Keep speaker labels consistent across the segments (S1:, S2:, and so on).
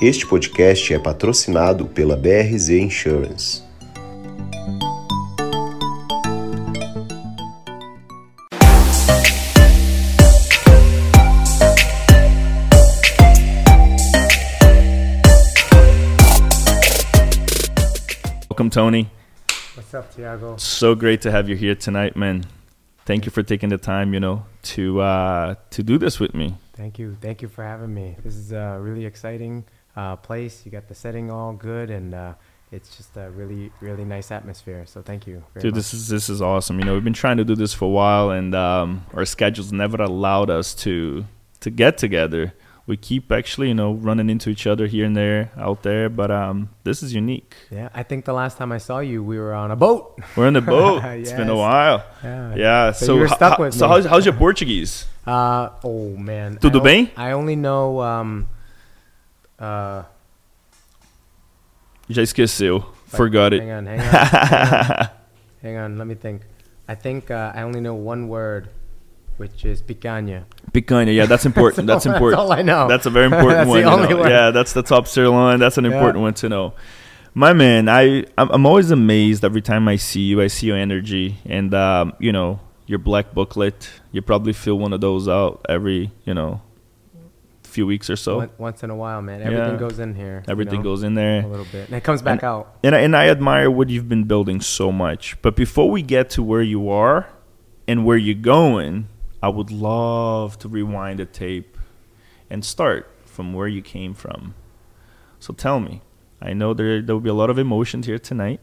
S1: Este podcast é patrocinado pela BRZ Insurance.
S2: Welcome, Tony.
S3: What's up, Tiago?
S2: So great to have you here tonight, man. Thank you for taking the time, you know, to uh, to do this with me.
S3: Thank you. Thank you for having me. This is a really exciting uh, place. You got the setting all good, and uh, it's just a really, really nice atmosphere. So thank you. Very
S2: Dude,
S3: much.
S2: this is this is awesome. You know, we've been trying to do this for a while, and um, our schedules never allowed us to to get together. We keep actually, you know, running into each other here and there, out there. But um, this is unique.
S3: Yeah, I think the last time I saw you, we were on a boat.
S2: We're in the boat. It's been a
S3: Yes.
S2: while.
S3: Yeah.
S2: Yeah.
S3: So
S2: So,
S3: you were
S2: ho-
S3: stuck
S2: ho-
S3: with
S2: so
S3: me.
S2: how's, how's your Portuguese?
S3: Uh, oh man. I
S2: Tudo
S3: on-
S2: bem?
S3: I only know. Um, uh,
S2: Já esqueceu.
S3: but-
S2: Forgot
S3: Hang
S2: it.
S3: on. Hang on. hang on. Hang on. Let me think. I think uh, I only know one word, which is picanha.
S2: Picanha. Yeah, that's important. that's
S3: all-
S2: important.
S3: That's all I know.
S2: That's a very important
S3: That's
S2: one.
S3: The
S2: you
S3: only
S2: know.
S3: one.
S2: Yeah, that's the top sirloin. That's an
S3: Yeah.
S2: important one to know. My man, I I'm I'm always amazed every time I see you. I see your energy and um, you know your black booklet. You probably fill one of those out every you know few weeks or so.
S3: Once- once in a while, man. Everything
S2: Oh. Yeah.
S3: goes in here. you
S2: Everything
S3: know,
S2: goes in there.
S3: a little bit, and it comes back out.
S2: and I, and I admire what you've been building so much. But before we get to where you are and where you're going, I would love to rewind the tape and start from where you came from. So tell me. I know there there will be a lot of emotions here tonight.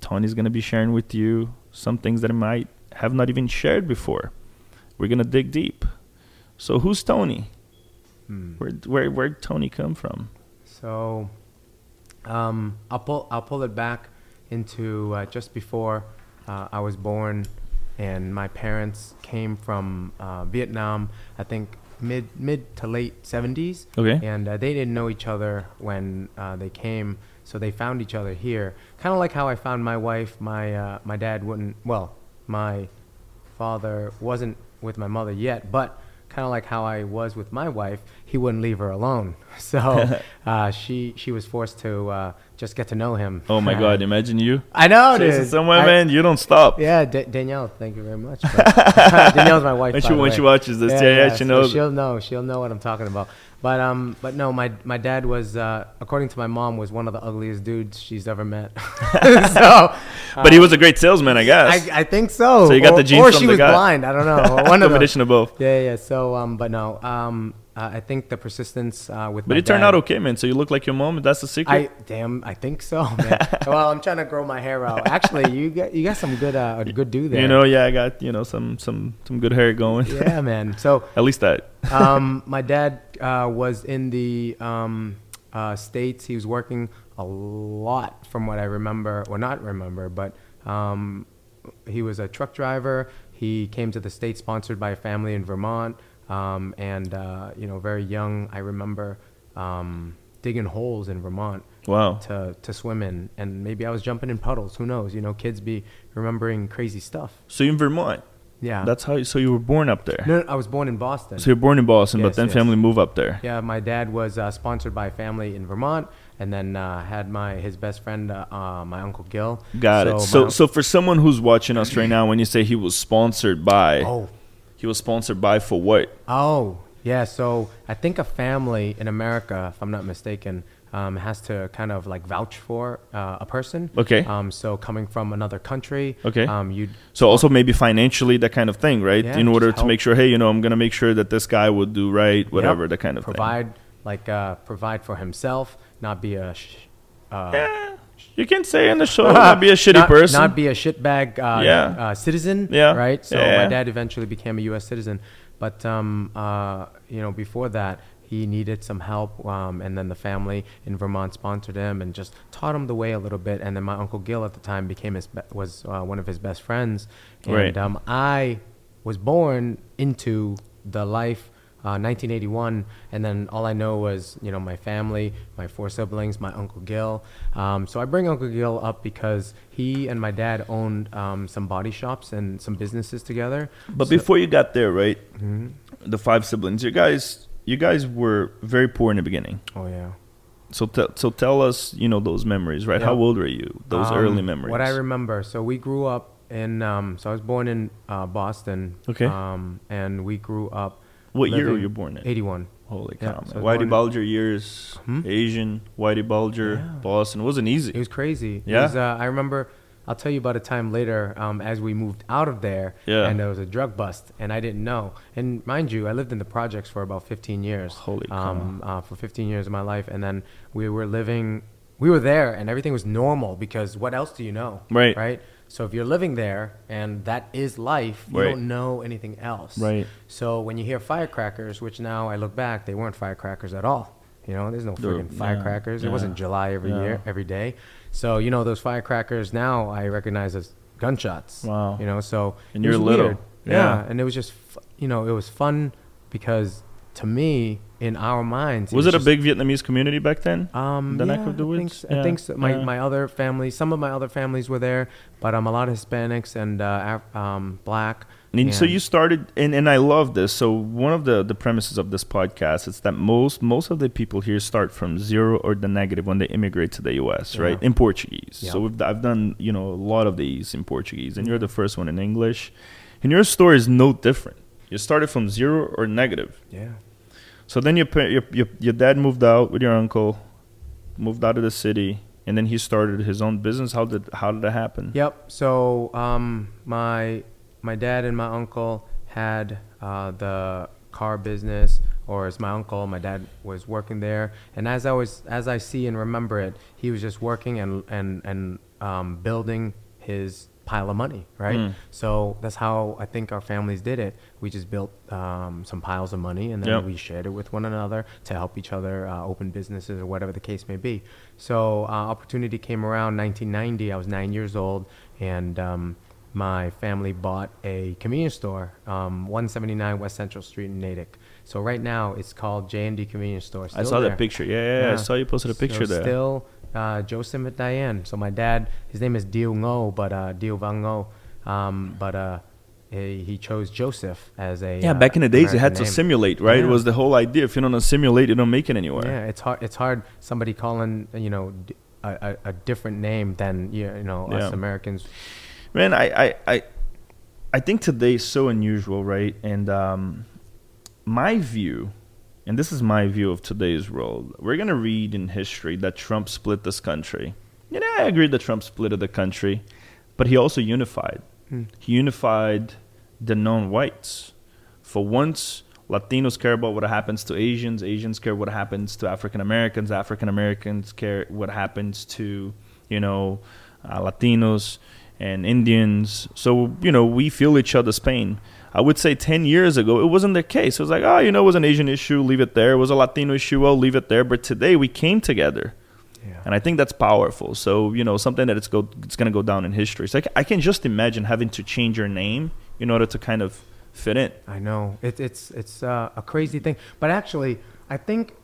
S2: Tony's going to be sharing with you some things that I might have not even shared before. We're going to dig deep. So who's Tony? Where where where would Tony come from?
S3: So, um, I'll pull I'll pull it back into uh, just before uh, I was born, and my parents came from uh, Vietnam. I think mid mid to late seventies.
S2: Okay.
S3: And uh, they didn't know each other when uh, they came, so they found each other here. Kind of like how I found my wife. My uh, my dad wouldn't. Well, my father wasn't with my mother yet, but kind of like how I was with my wife, he wouldn't leave her alone. So uh, she she was forced to uh, just get to know him.
S2: Oh my god, imagine you
S3: I know,
S2: Jason,
S3: dude.
S2: somewhere,
S3: I-
S2: man, you don't stop.
S3: Yeah, Da- Danielle, thank you very much. But- Danielle's my wife.
S2: When
S3: by
S2: she-
S3: the
S2: when
S3: way.
S2: she watches this, yeah, yeah, she
S3: so
S2: knows.
S3: she'll know. She'll know what I'm talking about. But um, but no, my my dad was, uh, according to my mom, was one of the ugliest dudes she's ever met. so,
S2: But he was a great salesman, I guess.
S3: I, I think so.
S2: So you got
S3: or,
S2: the genes
S3: or
S2: from
S3: she
S2: the
S3: was
S2: guy.
S3: blind. I don't know. One of Oh them.
S2: Combination of both.
S3: Yeah, yeah. So, um, but no, um, uh, I think the persistence uh, with.
S2: But
S3: my
S2: it turned
S3: dad-
S2: out okay, man. So you look like your mom. That's the secret.
S3: I damn, I think so. Man. well, I'm trying to grow my hair out. Actually, you got you got some good uh, a good do there.
S2: you know, yeah, I got you know some some some good hair going.
S3: Yeah, man. So,
S2: At least that.
S3: um, my dad uh, was in the um, uh, states. He was working a lot, from what I remember, or not remember, but um, he was a truck driver. He came to the states sponsored by a family in Vermont, um, and uh, you know, very young. I remember um, digging holes in Vermont
S2: Wow.
S3: to to swim in, and maybe I was jumping in puddles. Who knows? You know, kids be remembering crazy stuff.
S2: So you're in Vermont.
S3: Yeah.
S2: That's how. You, so you were born up there.
S3: no, no, I was born in Boston.
S2: So you're born in Boston, but
S3: Yes,
S2: then
S3: yes.
S2: family move up there.
S3: Yeah, my dad was uh, sponsored by a family in Vermont, and then uh, had my his best friend, uh, uh, my uncle Gil.
S2: Got it.
S3: my
S2: So
S3: unc-
S2: so for someone who's watching us right now, when you say he was sponsored by,
S3: oh,
S2: he was sponsored by for what?
S3: oh, yeah. So I think a family in America, if I'm not mistaken, um, has to kind of like vouch for uh, a person.
S2: Okay.
S3: Um, so coming from another country.
S2: Okay.
S3: Um, you.
S2: So also maybe financially that kind of thing, right?
S3: Yeah,
S2: in order
S3: just
S2: to make sure, hey, you know, I'm gonna make sure that this guy would do right, whatever that kind of thing.
S3: provide like uh, provide for himself, not be a. Sh- uh,
S2: You can say in the show, not be a shitty
S3: not,
S2: person.
S3: Not be a shitbag uh,
S2: Yeah.
S3: uh, citizen.
S2: Yeah.
S3: Right? So
S2: Yeah.
S3: my dad eventually became a U.S. citizen. But, um, uh, you know, before that, he needed some help. Um, and then the family in Vermont sponsored him and just taught him the way a little bit. And then my Uncle Gil at the time became his, be- was uh, one of his best friends. And
S2: Right.
S3: um, I was born into the life. Uh, 1981, and then all I know was, you know, my family, my four siblings, my uncle Gil. Um, so I bring Uncle Gil up because he and my dad owned um, some body shops and some businesses together.
S2: But before you got there, right?
S3: Mm-hmm.
S2: The five siblings, you guys, you guys were very poor in the beginning.
S3: Oh yeah,
S2: So tell so tell us, you know, those memories, right?
S3: Yeah.
S2: How old were you? Those
S3: Um,
S2: early memories.
S3: What I remember. So we grew up in. Um, so I was born in uh, Boston.
S2: Okay.
S3: Um, and we grew up.
S2: What year were
S3: living-
S2: you born in?
S3: Eighty-one.
S2: Holy cow!
S3: Yeah,
S2: man.
S3: so I was born
S2: Whitey
S3: in-
S2: Bulger years,
S3: Hmm?
S2: Asian Whitey Bulger,
S3: Yeah.
S2: Boston wasn't
S3: It
S2: easy.
S3: was crazy.
S2: Yeah.
S3: It was, uh, I remember. I'll tell you about a time later um, as we moved out of there.
S2: Yeah.
S3: And there was a drug bust, and I didn't know. And mind you, I lived in the projects for about 15 years.
S2: Holy cow.
S3: um, uh, for 15 years of my life, and then we were living. We were there, and everything was normal because what else do you know?
S2: Right.
S3: Right. So if you're living there and that is life, you
S2: Right.
S3: don't know anything else.
S2: Right.
S3: So when you hear firecrackers, which now I look back, they weren't firecrackers at all. You know, there's no
S2: They're-
S3: freaking
S2: yeah,
S3: firecrackers.
S2: yeah.
S3: It wasn't July every
S2: Yeah.
S3: year, every day. So you know those firecrackers now I recognize as gunshots.
S2: Wow.
S3: You know, so
S2: And
S3: it
S2: you're
S3: was
S2: little.
S3: weird.
S2: Yeah.
S3: yeah, and it was just f- you know it was fun because to me in our minds
S2: Was it a
S3: just-
S2: big Vietnamese community back then?
S3: um,
S2: the
S3: yeah,
S2: neck of the
S3: I think,
S2: woods?
S3: so. I
S2: Yeah,
S3: think so. My,
S2: yeah.
S3: my other family, some of my other families were there, but um, a lot of Hispanics and uh, Af- um, black.
S2: And then- so
S3: and-
S2: you started, and, and I love this. So one of the, the premises of this podcast is that most most of the people here start from zero or the negative when they immigrate to the U.S. Right
S3: Yeah.
S2: in Portuguese.
S3: Yeah. Mm-hmm.
S2: So we've, I've done you know a lot of these in Portuguese, and you're the first one in English, and your story is no different. You started from zero or negative.
S3: yeah,
S2: So then your, pa- your your your dad moved out with your uncle, moved out of the city, and then he started his own business. How did how did that happen?
S3: yep. So um, my my dad and my uncle had uh, the car business, or as my uncle, my dad was working there, and as I was as I see and remember it, he was just working and and and um, building his pile of money, right?
S2: Mm.
S3: So that's how I think our families did it. We just built um, some piles of money and then
S2: Yep.
S3: we shared it with one another to help each other uh, open businesses or whatever the case may be. So uh, opportunity came around 1990. I was nine years old and um, my family bought a convenience store, um, 179 West Central Street in Natick. So right now it's called J&D Convenience Store.
S2: I
S3: Still
S2: saw
S3: there.
S2: that picture. Yeah, yeah, yeah. I saw you posted a
S3: So
S2: picture there.
S3: Still, uh, Joseph and Diane. So my dad, his name is Dio Ngo, but uh, Dio Van Ngo, um, but uh, he, he chose Joseph as a
S2: Yeah,
S3: uh,
S2: back in the days, you had
S3: American
S2: to
S3: name.
S2: simulate, right? It
S3: Yeah.
S2: was the whole idea. If you don't simulate, you don't make it anywhere.
S3: Yeah, it's hard. It's hard. Somebody calling you know d- a, a, a different name than you you know
S2: Yeah.
S3: us Americans.
S2: Man, I, I, I, I think today is so unusual, right? And um, my view, and this is my view of today's world, we're going to read in history that Trump split this country. You know, I agree that Trump split the country, but he also unified. He unified the non whites. For once, Latinos care about what happens to Asians, Asians care what happens to African Americans, African Americans care what happens to, you know, uh, Latinos and Indians. So, you know, we feel each other's pain. I would say 10 years ago, it wasn't the case. It was like, oh, you know, it was an Asian issue, leave it there. It was a Latino issue, well, leave it there. But today we came together.
S3: Yeah.
S2: And I think that's powerful. So you know, something that it's go it's gonna go down in history. So I, ca- I can just imagine having to change your name in order to kind of fit in.
S3: I know it, it's it's uh, a crazy thing, but actually, I think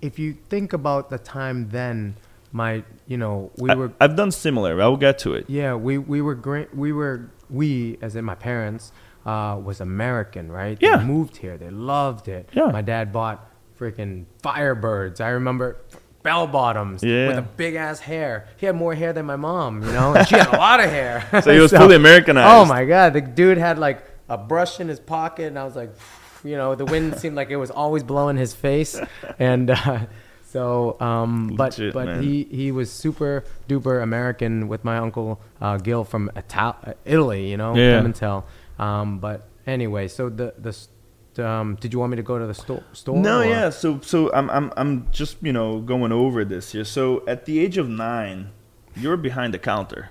S3: if you think about the time then, my you know we
S2: I,
S3: were
S2: have done similar. I will get to it.
S3: Yeah, we we were gra- we were we as in my parents uh, was American, right?
S2: Yeah.
S3: They moved here. They loved it.
S2: Yeah.
S3: My dad bought freaking Firebirds. I remember bell bottoms
S2: Yeah.
S3: with a big ass hair. He had more hair than my mom, you know, and she had a lot of hair.
S2: So he was fully Americanized.
S3: Oh my god, the dude had like a brush in his pocket, and I was like, you know, the wind seemed like it was always blowing his face, and uh, so, um, but
S2: Legit,
S3: but
S2: man.
S3: he he he was super duper American with my uncle uh, Gil from Ital- Italy, you know,
S2: Yeah.
S3: Pimentel. Um, but anyway, so the the s- um, did you want me to go to the sto- store?
S2: No,
S3: or-
S2: yeah. So so I'm I'm I'm just you know going over this here. So at the age of nine, you're behind the counter,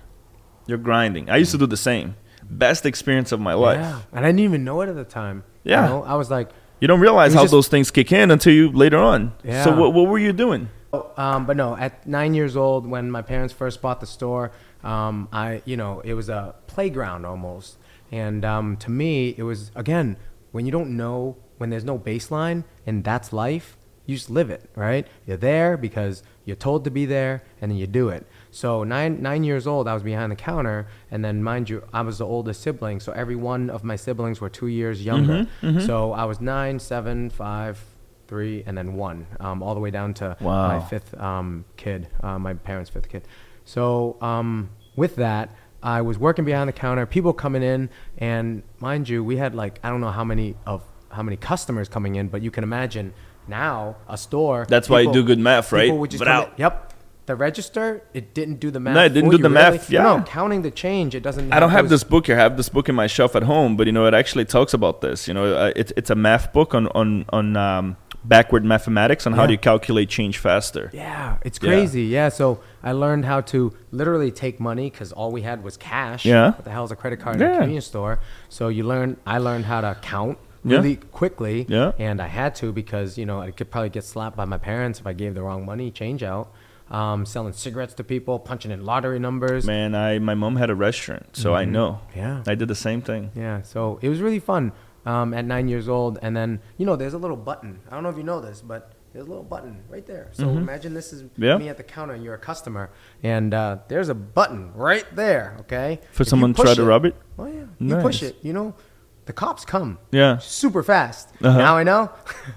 S2: you're grinding. I used to do the same. Best experience of my life.
S3: yeah. And I didn't even know it at the time. you
S2: Yeah.
S3: know? I was like,
S2: You don't realize
S3: It was
S2: how
S3: just-
S2: those things kick in until you later on. So
S3: Yeah.
S2: what what were you doing?
S3: Oh, um, but no, at nine years old, when my parents first bought the store, um, I, you know, it was a playground almost. And um, to me, it was, again, when you don't know, when there's no baseline and that's life, you just live it, right? You're there because you're told to be there and then you do it. So nine, nine years old, I was behind the counter. And then mind you, I was the oldest sibling. So every one of my siblings were two years younger. So I was nine, seven, five, three three, and then one, um, all the way down to
S2: Wow.
S3: my fifth um, kid, uh, my parents' fifth kid. So um, with that, I was working behind the counter. People coming in, and mind you, we had like I don't know how many of how many customers coming in, but you can imagine now a store.
S2: That's why you do good math, right?
S3: People would just
S2: But
S3: come
S2: out.
S3: in- Yep. The register, it didn't do the math.
S2: it didn't do
S3: for you,
S2: the
S3: really.
S2: math, yeah.
S3: No, counting the change, it doesn't.
S2: I don't have
S3: those-
S2: this book here. I have this book in my shelf at home, but you know it actually talks about this. You know, uh, it's it's a math book on on on um, backward mathematics on how
S3: Yeah.
S2: do you calculate change faster.
S3: Yeah, it's
S2: Yeah.
S3: crazy. Yeah. so I learned how to literally take money because all we had was cash.
S2: Yeah.
S3: What the hell is a credit card in
S2: Yeah.
S3: a convenience store? So you learn. I learned how to count
S2: Yeah.
S3: really quickly.
S2: Yeah.
S3: And I had to because you know I could probably get slapped by my parents if I gave the wrong money change out. Um, selling cigarettes to people, punching in lottery numbers.
S2: Man, I my mom had a restaurant, so I know.
S3: Mm-hmm. Yeah.
S2: I did the same thing.
S3: Yeah, so it was really fun um, at nine years old. And then, you know, there's a little button. I don't know if you know this, but there's a little button right there. So imagine this is
S2: Mm-hmm. Yeah.
S3: me at the counter and you're a customer. And uh, there's a button right there, okay?
S2: For
S3: If you
S2: someone to try
S3: push
S2: to rob it?
S3: Oh, yeah. You
S2: Nice.
S3: push it, you know, the cops come
S2: Yeah.
S3: super fast.
S2: Uh-huh.
S3: Now I know.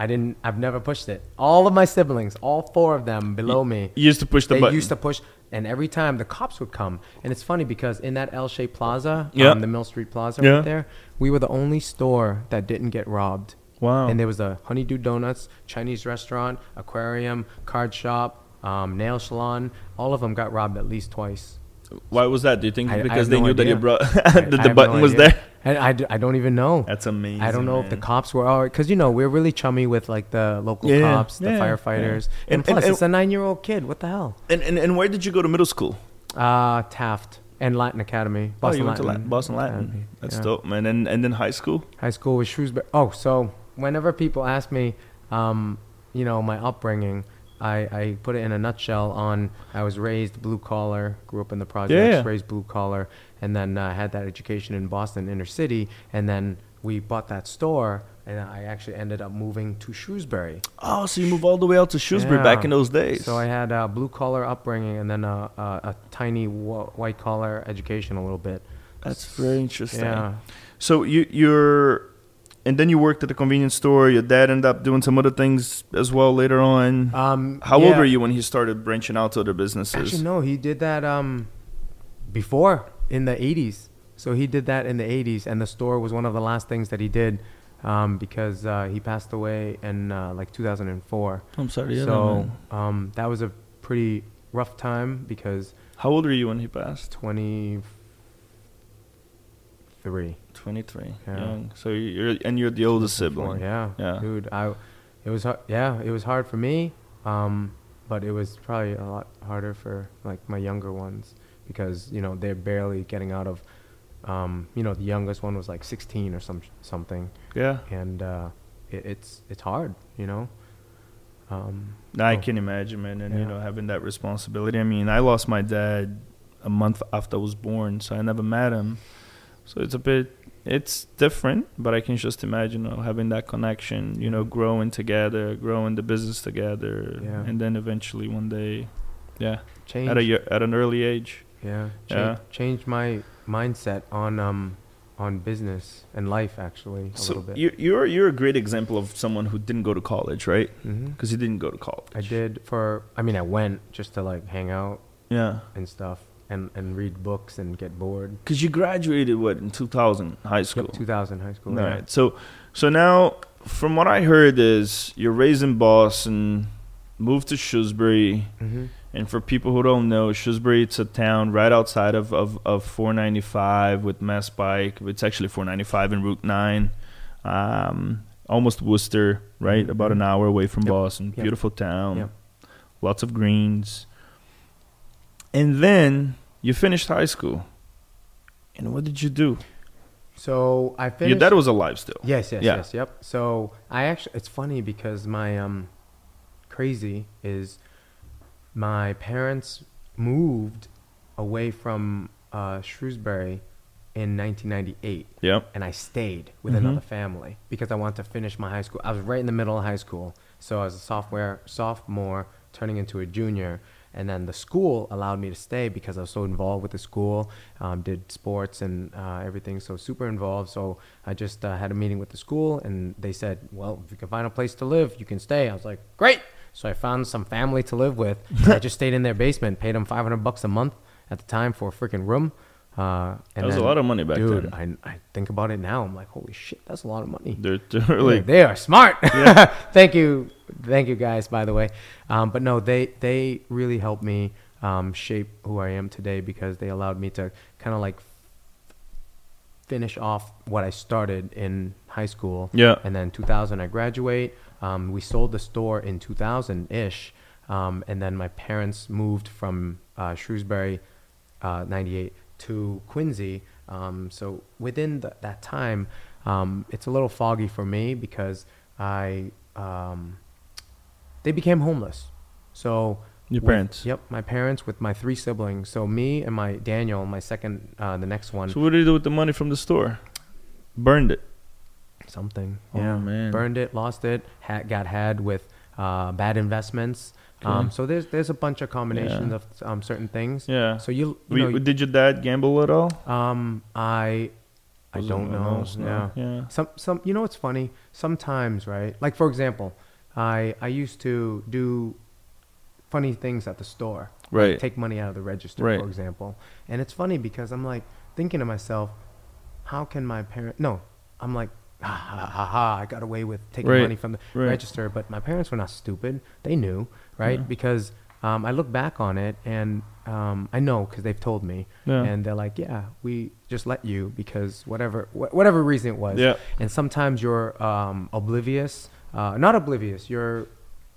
S3: I didn't, I've never pushed it. All of my siblings, all four of them below me
S2: You used to push the
S3: they
S2: button.
S3: used to push, and every time the cops would come. And it's funny because in that L-shaped plaza,
S2: Yeah.
S3: um, the Mill Street Plaza
S2: Yeah.
S3: right there, we were the only store that didn't get robbed.
S2: Wow.
S3: And there was a Honeydew Donuts, Chinese restaurant, aquarium, card shop, um, nail salon. All of them got robbed at least twice.
S2: Why was that? Do you think
S3: I- I
S2: because
S3: have
S2: they
S3: no
S2: knew that you
S3: idea.
S2: brought
S3: I-
S2: that
S3: I
S2: the
S3: have
S2: button
S3: no
S2: was
S3: idea.
S2: there?
S3: And I, d- I don't even know.
S2: That's amazing.
S3: I don't know if the
S2: man.
S3: cops were all right because you know we're really chummy with like the local
S2: Yeah,
S3: cops, the
S2: yeah,
S3: firefighters,
S2: yeah. And-
S3: and,
S2: and-
S3: plus
S2: and-
S3: it's a nine-year-old kid. What the hell?
S2: And, and and where did you go to middle school?
S3: Uh, Taft and Latin Academy.
S2: Oh,
S3: Boston
S2: you went to
S3: Latin.
S2: Latin, Boston Latin.
S3: Academy,
S2: That's
S3: yeah.
S2: dope, man. And and then high school.
S3: High school was Shrewsbury. Oh, so whenever people ask me, um, you know, my upbringing, I, I put it in a nutshell on I was raised blue collar, grew up in the projects,
S2: Yeah.
S3: raised blue collar, and then uh, had that education in Boston inner city, and then we bought that store, and I actually ended up moving to Shrewsbury.
S2: Oh, so you moved all the way out to Shrewsbury back
S3: Yeah.
S2: in those days.
S3: So I had a blue collar upbringing and then a, a, a tiny wh- white collar education a little bit.
S2: That's very interesting.
S3: Yeah.
S2: So you you're and then you worked at the convenience store. Your dad ended up doing some other things as well later on.
S3: Um,
S2: How
S3: yeah.
S2: old were you when he started branching out to other businesses?
S3: Actually, no, he did that um, before in the 80s. So he did that in the 80s, and the store was one of the last things that he did um, because uh, he passed away in uh, like 2004.
S2: I'm sorry. yeah,
S3: so
S2: man.
S3: um, that was a pretty rough time because
S2: how old were you when he passed?
S3: 23.
S2: 23.
S3: Yeah.
S2: Young. So you're and you're the oldest
S3: Four,
S2: sibling.
S3: yeah,
S2: Yeah.
S3: dude. I, it was hard. Yeah, it was hard for me. Um, but it was probably a lot harder for like my younger ones because you know they're barely getting out of. Um, you know, the youngest one was like 16 or some something,
S2: Yeah.
S3: and uh, it, it's it's hard. You know. Um,
S2: I
S3: Oh.
S2: can imagine, man, and you
S3: Yeah.
S2: know having that responsibility. I mean, I lost my dad a month after I was born, so I never met him. So it's a bit, it's different, but I can just imagine you know, having that connection. You know, growing together, growing the business together,
S3: Yeah.
S2: and then eventually one day, yeah,
S3: change.
S2: at a year- at an early age.
S3: yeah. Change,
S2: Yeah.
S3: Change my mindset on um on business and life actually a
S2: So
S3: little bit.
S2: you, you're you're a great example of someone who didn't go to college, right?
S3: Mhm.
S2: Because you didn't go to college.
S3: I did for. I mean, I went just to like hang out
S2: Yeah.
S3: and stuff and, and read books and get bored.
S2: Because you graduated what in 2000 high school.
S3: Yep, 2000 high school.
S2: All
S3: yeah.
S2: right. So, so now, from what I heard, is you're raised in Boston, moved to Shrewsbury,
S3: Mhm.
S2: and for people who don't know, Shrewsbury it's a town right outside of of, of 495 with Mass Bike. It's actually 495 and Route Nine, um, almost Worcester, right? About an hour away from
S3: Mm-hmm. Yep.
S2: Boston.
S3: Yep.
S2: Beautiful town,
S3: Yep.
S2: lots of greens. And then you finished high school. And what did you do?
S3: So I
S2: Your
S3: finished.
S2: dad was alive still.
S3: yes, yes,
S2: Yeah.
S3: yes, yep. So I actually, it's funny because my um, crazy is my parents moved away from uh, Shrewsbury in 1998.
S2: Yep. Mm-hmm.
S3: and I stayed with another family because I wanted to finish my high school. I was right in the middle of high school, so I was a sophomore, sophomore turning into a junior, And then the school allowed me to stay because I was so involved with the school, um, did sports and uh, everything, so super involved. So I just uh, had a meeting with the school, and they said, "Well, if you can find a place to live, you can stay." I was like, "Great!" So I found some family to live with. I just stayed in their basement, paid them 500 bucks a month at the time for a freaking room. Uh, and
S2: That was a lot of money back
S3: dude, then. I, I think about it now. I'm like, holy shit, that's a lot of money.
S2: They're, they're like,
S3: They are smart. thank you, thank you guys. By the way, um, but no, they they really helped me um, shape who I am today because they allowed me to kind of like finish off what I started in high school.
S2: Yeah.
S3: And then 2000, I graduate. Um, we sold the store in 2000 ish, um, and then my parents moved from uh, Shrewsbury, uh, 98 to Quincy. Um, so within th- that time, um, it's a little foggy for me because I um, they became homeless. So
S2: Your
S3: with-
S2: parents?
S3: Yep, my parents with my three siblings. So me and my Daniel, my second, uh, the next one,
S2: so what did you do with the money from the store? Burned it.
S3: something.
S2: Oh, man.
S3: burned it, lost it, had, got had with uh, bad investments. Um,
S2: Okay.
S3: so there's there's a bunch of combinations
S2: Yeah.
S3: of um, certain things.
S2: Yeah.
S3: So you, you
S2: We,
S3: know,
S2: did your dad gamble at all?
S3: um, I I
S2: Wasn't
S3: don't
S2: one of
S3: know.
S2: those,
S3: Yeah.
S2: no. Yeah.
S3: Some some you know what's funny? Sometimes, right? Like for example, I I used to do funny things at the store. like
S2: Right.
S3: take money out of the register,
S2: Right.
S3: for example. And it's funny because I'm like thinking to myself, how can my parent no, I'm like ha ha ha, ha I got away with taking
S2: Right.
S3: money from the
S2: Right.
S3: register, but my parents were not stupid. They knew, right? Because um, I look back on it and um, I know because they've told me,
S2: Yeah.
S3: and they're like, "Yeah, we just let you because whatever wh- whatever reason it was."
S2: Yeah.
S3: And sometimes you're um, oblivious, uh, not oblivious. You're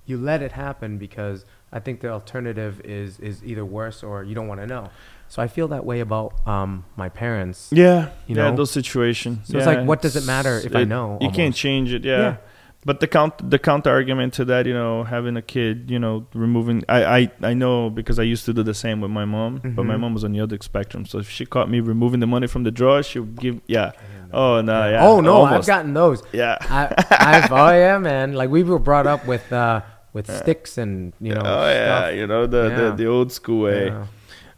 S3: you let it happen because I think the alternative is is either worse or you don't want to know. So I feel that way about um, my parents.
S2: Yeah,
S3: You
S2: yeah,
S3: know?
S2: those situations.
S3: So it's
S2: Yeah,
S3: like, what does it matter if I
S2: it-
S3: know,
S2: You can't
S3: almost?
S2: change it. Yeah.
S3: Yeah.
S2: But the count, the counter argument to that, you know, having a kid, you know, removing. I, I, I know because I used to do the same with my mom, but my
S3: Mhm.
S2: mom was on the other spectrum. So if she caught me removing the money from the drawer, she would give. Yeah. Oh no. Yeah.
S3: oh no, I've
S2: almost.
S3: gotten those.
S2: Yeah.
S3: I, I've oh yeah, man. Like we were brought up with uh, with sticks and you know.
S2: oh yeah,
S3: stuff.
S2: you know the,
S3: Yeah.
S2: the the old school way.
S3: Yeah.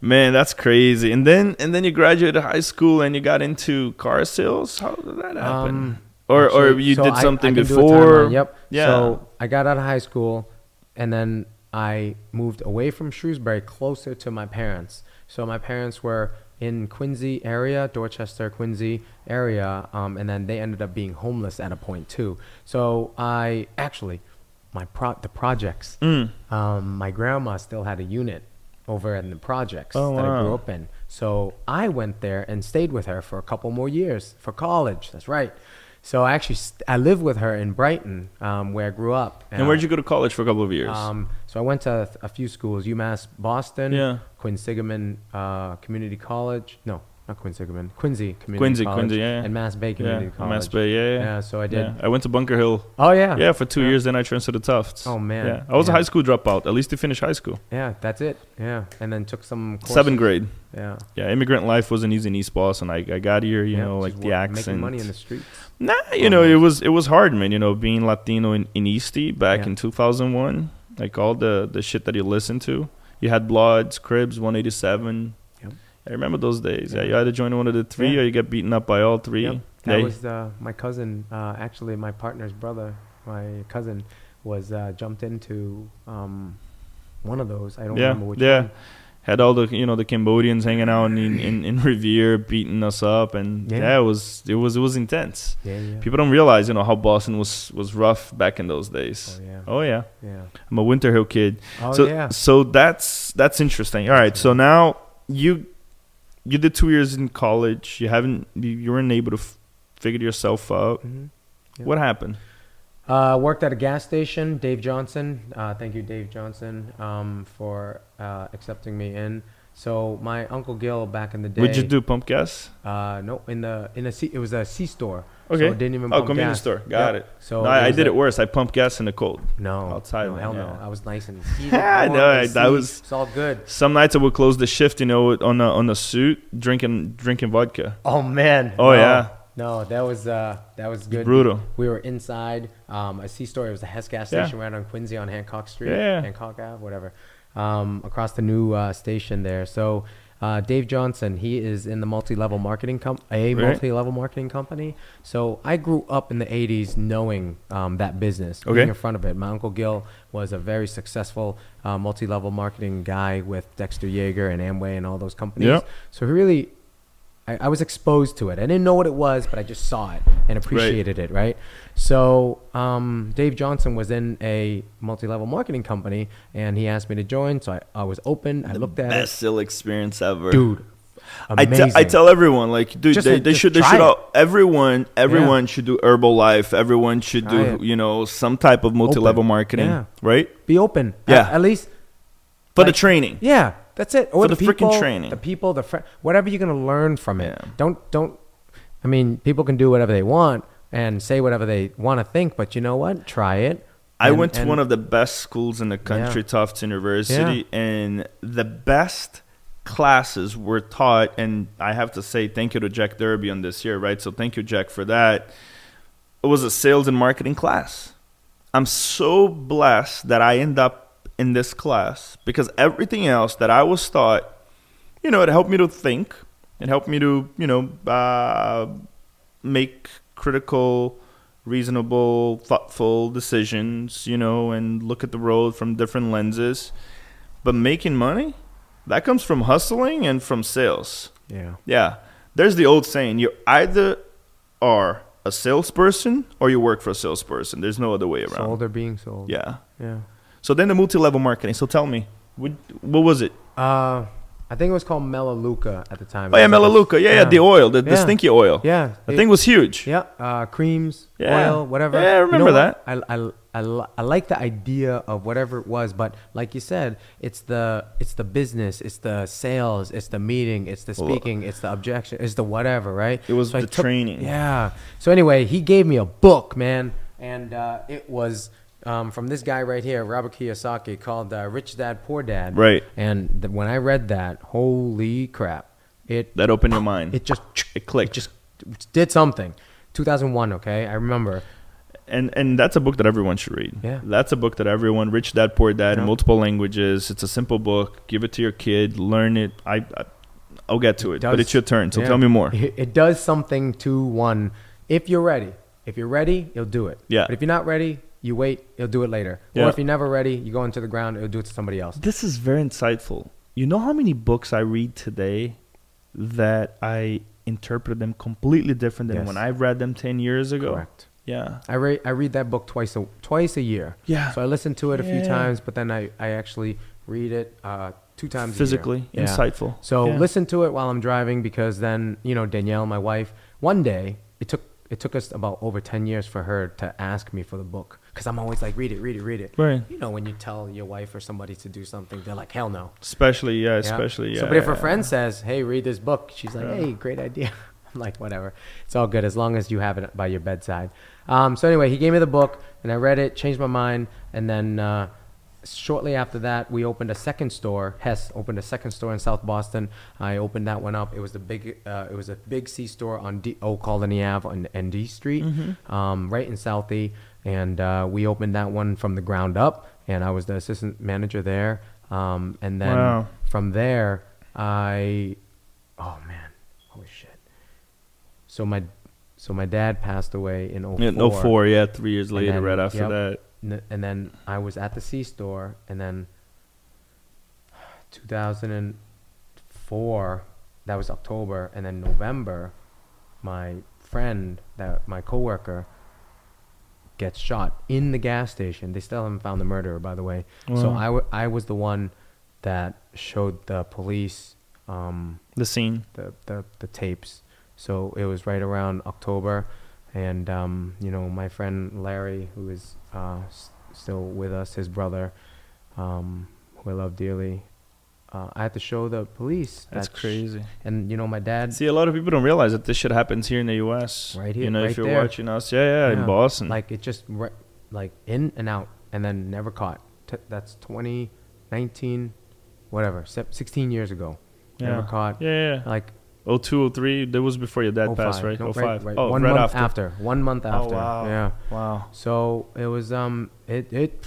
S2: Man, that's crazy. And then and then you graduated high school and you got into car sales. How did that happen?
S3: Um,
S2: or or
S3: Actually,
S2: you
S3: so
S2: did
S3: I-
S2: something
S3: I can do a
S2: before?
S3: timeline, Yep.
S2: Yeah.
S3: So I got out of high school, and then I moved away from Shrewsbury, closer to my parents. So my parents were in Quincy area, Dorchester, Quincy area, um, and then they ended up being homeless at a point too. So I actually, my pro- the projects.
S2: Mm.
S3: Um, my grandma still had a unit over in the projects
S2: Oh,
S3: that I grew
S2: wow.
S3: up open. So I went there and stayed with her for a couple more years for college. That's right. So I actually st- I lived with her in Brighton, um, where I grew up.
S2: And where'd you go to college for a couple of years?
S3: Um, so I went to a few schools: UMass Boston,
S2: Yeah.
S3: Quinn Sigmund uh, Community College. No, not Quinn Sigmund. Quincy Community
S2: Quincy,
S3: College.
S2: Quincy, yeah, yeah.
S3: And Mass Bay Community
S2: yeah,
S3: College.
S2: Mass Bay, yeah, yeah.
S3: Yeah, so I did.
S2: Yeah, I went to Bunker Hill.
S3: Oh yeah.
S2: Yeah, for two years. Then I transferred to Tufts.
S3: Oh, man.
S2: Yeah, I was a
S3: Yeah.
S2: high school dropout. At least to finish high school,
S3: Yeah, that's it. Yeah, and then took some courses.
S2: seventh grade.
S3: Yeah.
S2: Yeah, immigrant life wasn't easy in East Boston. I, I got here, you
S3: Yeah,
S2: know, like
S3: just
S2: the
S3: work-
S2: accent.
S3: Making money in the streets.
S2: Nah,
S3: Oh,
S2: you know, it was it was hard, man. You know, being Latino in, in Eastie back
S3: Yeah.
S2: in two thousand one, like all the the shit that you listened to. You had Bloods, Cribs, one eighty seven.
S3: Yep.
S2: I remember those days. Yeah,
S3: Yeah.
S2: you either join one of the three
S3: Yeah.
S2: or you get beaten up by all three.
S3: Yep. That
S2: They-
S3: was uh, my cousin. Uh, actually, my partner's brother, my cousin, was uh, jumped into um, one of those. I don't
S2: yeah,
S3: remember which
S2: yeah.
S3: one.
S2: Had all the you know the Cambodians hanging out in in, in Revere, beating us up, and
S3: Yeah.
S2: yeah. it was it was it was intense.
S3: Yeah, yeah.
S2: People don't realize, you know, how Boston was was rough back in those
S3: oh
S2: days.
S3: yeah.
S2: Oh yeah,
S3: Yeah.
S2: I'm a Winter Hill kid.
S3: Oh
S2: so
S3: yeah.
S2: so that's that's interesting. All right, so now you you did two years in college. You haven't you, you weren't able to f- figure yourself out.
S3: Mhm. Yeah.
S2: What happened?
S3: Uh, worked at a gas station. Dave Johnson. Uh, thank you, Dave Johnson, um, for uh, accepting me in. So my uncle Gil back in the day.
S2: Would you do pump gas?
S3: Uh, no, in the in a C, it was a C store.
S2: Okay.
S3: So it didn't even.
S2: oh,
S3: pump
S2: convenience
S3: gas.
S2: store. Got
S3: Yep.
S2: it.
S3: So
S2: no, I, I
S3: was
S2: did
S3: a-
S2: it worse. I pumped gas in the cold.
S3: No.
S2: Outside
S3: No,
S2: one,
S3: hell no.
S2: yeah.
S3: I was nice and heated.
S2: I
S3: warm,
S2: know,
S3: I could
S2: that
S3: see.
S2: was-
S3: It's all good.
S2: Some nights I would close the shift, you know, on a on a suit, drinking drinking vodka.
S3: Oh man.
S2: Oh,
S3: No.
S2: yeah.
S3: No, that was uh, that was good.
S2: brutal.
S3: We were inside um, a C store. It was a Hess gas
S2: Yeah.
S3: station right on Quincy on Hancock Street.
S2: Yeah.
S3: Hancock Ave, whatever. um, across the new uh, station there. So uh, Dave Johnson, he is in the multi-level marketing com- a
S2: Right.
S3: multi-level marketing company. So I grew up in the '80s knowing um, that business,
S2: Okay.
S3: being in front of it. My uncle Gil was a very successful uh, multi-level marketing guy with Dexter Yeager and Amway and all those companies.
S2: Yeah.
S3: So he really I, I was exposed to it. I didn't know what it was, but I just saw it and appreciated it, right? So um, Dave Johnson was in a multi-level marketing company, and he asked me to join. So I, I was open. I looked at
S2: Best sale experience ever,
S3: it, dude.
S2: I, te-
S3: Amazing.
S2: I tell everyone like dude
S3: Just-
S2: they, they
S3: just
S2: should they
S3: try
S2: should
S3: it.
S2: all, everyone everyone should do Herbalife everyone should
S3: Try
S2: do
S3: it.
S2: you know some type of multi level
S3: Open.
S2: marketing
S3: Yeah.
S2: right
S3: be open.
S2: Yeah.
S3: at, at least
S2: for the
S3: Like-
S2: training
S3: yeah, that's it. Or
S2: For the freaking
S3: people,
S2: training.
S3: the people, the fr- whatever you're gonna learn from it.
S2: Yeah.
S3: Don't don't. I mean, people can do whatever they want and say whatever they want to think, but you know what? Try it.
S2: I
S3: And-
S2: went to
S3: and-
S2: one of the best schools in the country, Tufts University, and the best classes were taught. And I have to say thank you to Jack Derby on this year, right? So thank you, Jack, for that. It was a sales and marketing class. I'm so blessed that I end up in this class because everything else that I was taught, you know, it helped me to think, it helped me to, you know, uh, make critical reasonable, thoughtful decisions, you know, and look at the road from different lenses. But making money, that comes from hustling and from sales.
S3: yeah.
S2: Yeah. There's the old saying you either are a salesperson or you work for a salesperson. There's no other way around.
S3: Sold or being sold.
S2: Yeah.
S3: Yeah.
S2: So then the multi level marketing. So tell me, what, what was it?
S3: Uh, I think it was called Melaleuca at the time.
S2: Oh, yeah, Melaleuca. Yeah, yeah, the oil, the, the
S3: Yeah.
S2: stinky oil.
S3: Yeah,
S2: That
S3: it-
S2: thing was huge.
S3: Yeah, uh, creams,
S2: Yeah.
S3: oil, whatever.
S2: Yeah, I remember
S3: what?
S2: that.
S3: I, I, I, li- I like the idea of whatever it was, but like you said, it's the it's the business, it's the sales, it's the meeting, it's the
S2: Well,
S3: speaking, it's the objection, it's the whatever, right?
S2: It was
S3: I
S2: the training.
S3: Yeah. So anyway, he gave me a book, man, and uh, it was. Um, from this guy right here, Robert Kiyosaki, called uh, "Rich Dad Poor Dad."
S2: Right.
S3: And th- when I read that, holy crap! It
S2: That opened your mind.
S3: it just
S2: It clicked.
S3: just did something. 2001, okay, I remember.
S2: and and that's a book that everyone should read.
S3: Yeah.
S2: that's a book that everyone, rich dad, poor dad, in
S3: Yeah.
S2: multiple languages. It's a simple book. Give it to your kid. Learn it. I, I I'll get to it, but
S3: does-
S2: it's your turn. So
S3: yeah.
S2: tell me more.
S3: It, it does something to one if you're ready. If you're ready, you'll do it.
S2: Yeah.
S3: But if you're not ready, you wait. You'll do it later.
S2: Yeah.
S3: Or if you're never ready, you go into the ground. It'll do it to somebody else.
S2: This is very insightful. You know how many books I read today that I interpret them completely different than
S3: Yes.
S2: when I read them ten years ago.
S3: Correct.
S2: Yeah.
S3: I read I read that book twice a twice a year.
S2: Yeah.
S3: So I listen to it a
S2: Yeah.
S3: few times, but then I, I actually read it uh, two times a year.
S2: Physically
S3: Yeah.
S2: insightful.
S3: So
S2: Yeah.
S3: listen to it while I'm driving because then you know Danielle, my wife. One day it took it took us about over ten years for her to ask me for the book because I'm always like read it, read it, read it.
S2: Right.
S3: You know when you tell your wife or somebody to do something, they're like hell no.
S2: Especially yeah,
S3: Yeah.
S2: especially yeah.
S3: So, but if
S2: yeah,
S3: her friend says, "Hey, read this book," she's like,
S2: Yeah.
S3: "Hey, great idea." I'm like, whatever. It's all good as long as you have it by your bedside. Um, so anyway, he gave me the book, and I read it, changed my mind, and then uh, shortly after that, we opened a second store. Hess opened a second store in South Boston. I opened that one up. It was the big, uh, it was a big C store on D, O Colony Ave on and D Street, um, right in Southie, and uh, we opened that one from the ground up. And I was the assistant manager there. Um, and then
S2: Wow.
S3: from there, I, oh man, holy shit. So my, so my dad passed away in 04.
S2: Yeah, no four, yeah, three years
S3: and
S2: later,
S3: then-
S2: right after
S3: yep.
S2: that.
S3: N- And then I was at the C store, and then 2004, that was October, and then November, my friend, that my coworker, gets shot in the gas station. They still haven't found the murderer, by the way. So
S2: Wow.
S3: I, w- I was the one that showed the police um,
S2: The scene.
S3: the, the, the tapes. So it was right around October. And, um, you know, my friend Larry, who is uh, s- still with us, his brother, um, who I love dearly, uh, I had to show the police.
S2: That's
S3: that sh-
S2: crazy.
S3: and, you know, my dad.
S2: See, a lot of people don't realize that this shit happens here in the U.S.
S3: Right here,
S2: You know, if
S3: right
S2: you're
S3: there.
S2: watching us, yeah, yeah, in
S3: Yeah.
S2: Boston.
S3: Like, it just, re- like, in and out, and then never caught. T- that's 20, 19, whatever, se- 16 years ago.
S2: yeah.
S3: Never caught.
S2: Yeah, yeah. yeah.
S3: Like,
S2: oh two, oh three. That was before your dad
S3: oh
S2: passed, right?
S3: five. No,
S2: Oh
S3: right,
S2: five.
S3: right.
S2: Oh,
S3: One
S2: right
S3: month
S2: after.
S3: One month after.
S2: Oh wow.
S3: Yeah.
S2: Wow.
S3: So it was um it it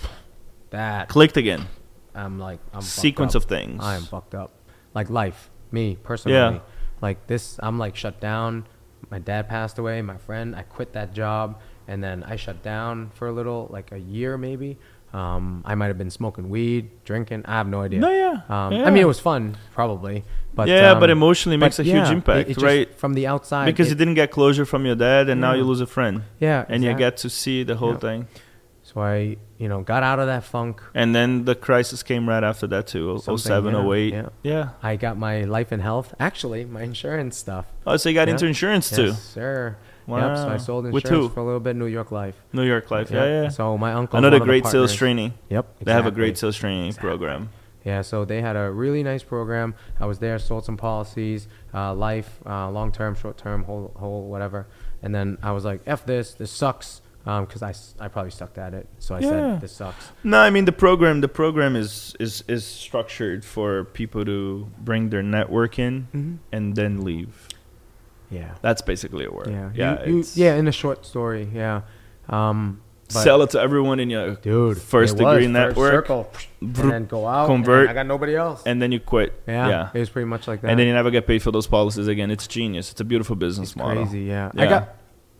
S3: that
S2: Clicked again.
S3: I'm like I'm fucked
S2: Sequence
S3: up.
S2: of things.
S3: I am fucked up. Like life, me personally.
S2: Yeah.
S3: Like this, I'm like shut down. My dad passed away. My friend, I quit that job, and then I shut down for a little, like a year maybe. Um, I might have been smoking weed, drinking. I have no idea.
S2: No, yeah.
S3: Um,
S2: Yeah.
S3: I mean, it was fun, probably. But
S2: Yeah,
S3: um,
S2: but emotionally makes a huge impact,
S3: just-
S2: right?
S3: From the outside,
S2: because
S3: it-
S2: you didn't get closure from your dad, and now
S3: Yeah.
S2: you lose a friend,
S3: yeah,
S2: and you
S3: exact-
S2: get to see the whole
S3: Yeah.
S2: thing.
S3: So I, you know, got out of that funk.
S2: And then the crisis came right after that too. oh,
S3: Something,
S2: 07,
S3: yeah,
S2: 08. Yeah.
S3: yeah. I got my life and health. Actually, my insurance stuff.
S2: Oh, so you got
S3: Yeah.
S2: into insurance too,
S3: Yes, sir. Yep, so
S2: Wow.
S3: I sold
S2: With
S3: insurance
S2: who?
S3: for a little bit. New York Life.
S2: New York Life. Yeah, yeah.
S3: So my uncle.
S2: Another great sales training.
S3: Yep.
S2: They have a great
S3: exactly.
S2: sales training program.
S3: Yeah, so they had a really nice program. I was there, sold some policies, uh, life, uh, long term, short term, whole, whole, whatever. And then I was like, "F this, this sucks," because I s I I, probably sucked at it. So I
S2: Yeah.
S3: said, "This sucks."
S2: No, I mean the program. The program is is is structured for people to bring their network in
S3: Mm-hmm.
S2: and then leave.
S3: Yeah.
S2: That's basically a word. yeah,
S3: Yeah. You- you-
S2: it's-
S3: yeah. In a short story. Yeah. Um, but-
S2: Sell it to everyone in your
S3: dude.
S2: first
S3: it was
S2: degree network,
S3: circle, and
S2: Vroom.
S3: then go out.
S2: Convert.
S3: And I got nobody else.
S2: and then you quit.
S3: yeah,
S2: yeah.
S3: it was pretty much like that.
S2: and then you never get paid for those policies again. It's genius. It's a beautiful business model.
S3: crazy. Yeah.
S2: Yeah.
S3: I got.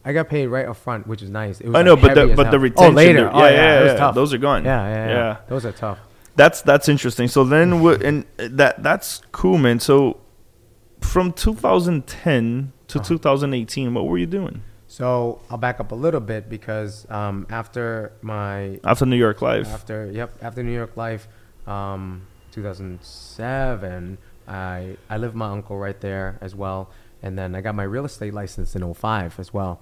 S3: I got paid right up front, which is nice. It was
S2: I know,
S3: like,
S2: but
S3: heavy
S2: the
S3: as
S2: but the
S3: hell.
S2: retention.
S3: Oh, later.
S2: dude.
S3: Oh,
S2: yeah,
S3: yeah,
S2: yeah,
S3: It was
S2: yeah.
S3: tough.
S2: Those are gone.
S3: yeah, yeah, yeah, Those are tough.
S2: That's that's interesting. So then, wh- and that that's cool, man. So from 2010 to 2018, what were you doing
S3: So I'll back up a little bit because um, after my
S2: after New York Life?
S3: after yep after New York Life, um, 2007, I I lived with my uncle right there as well, and then I got my real estate license in 05 as well.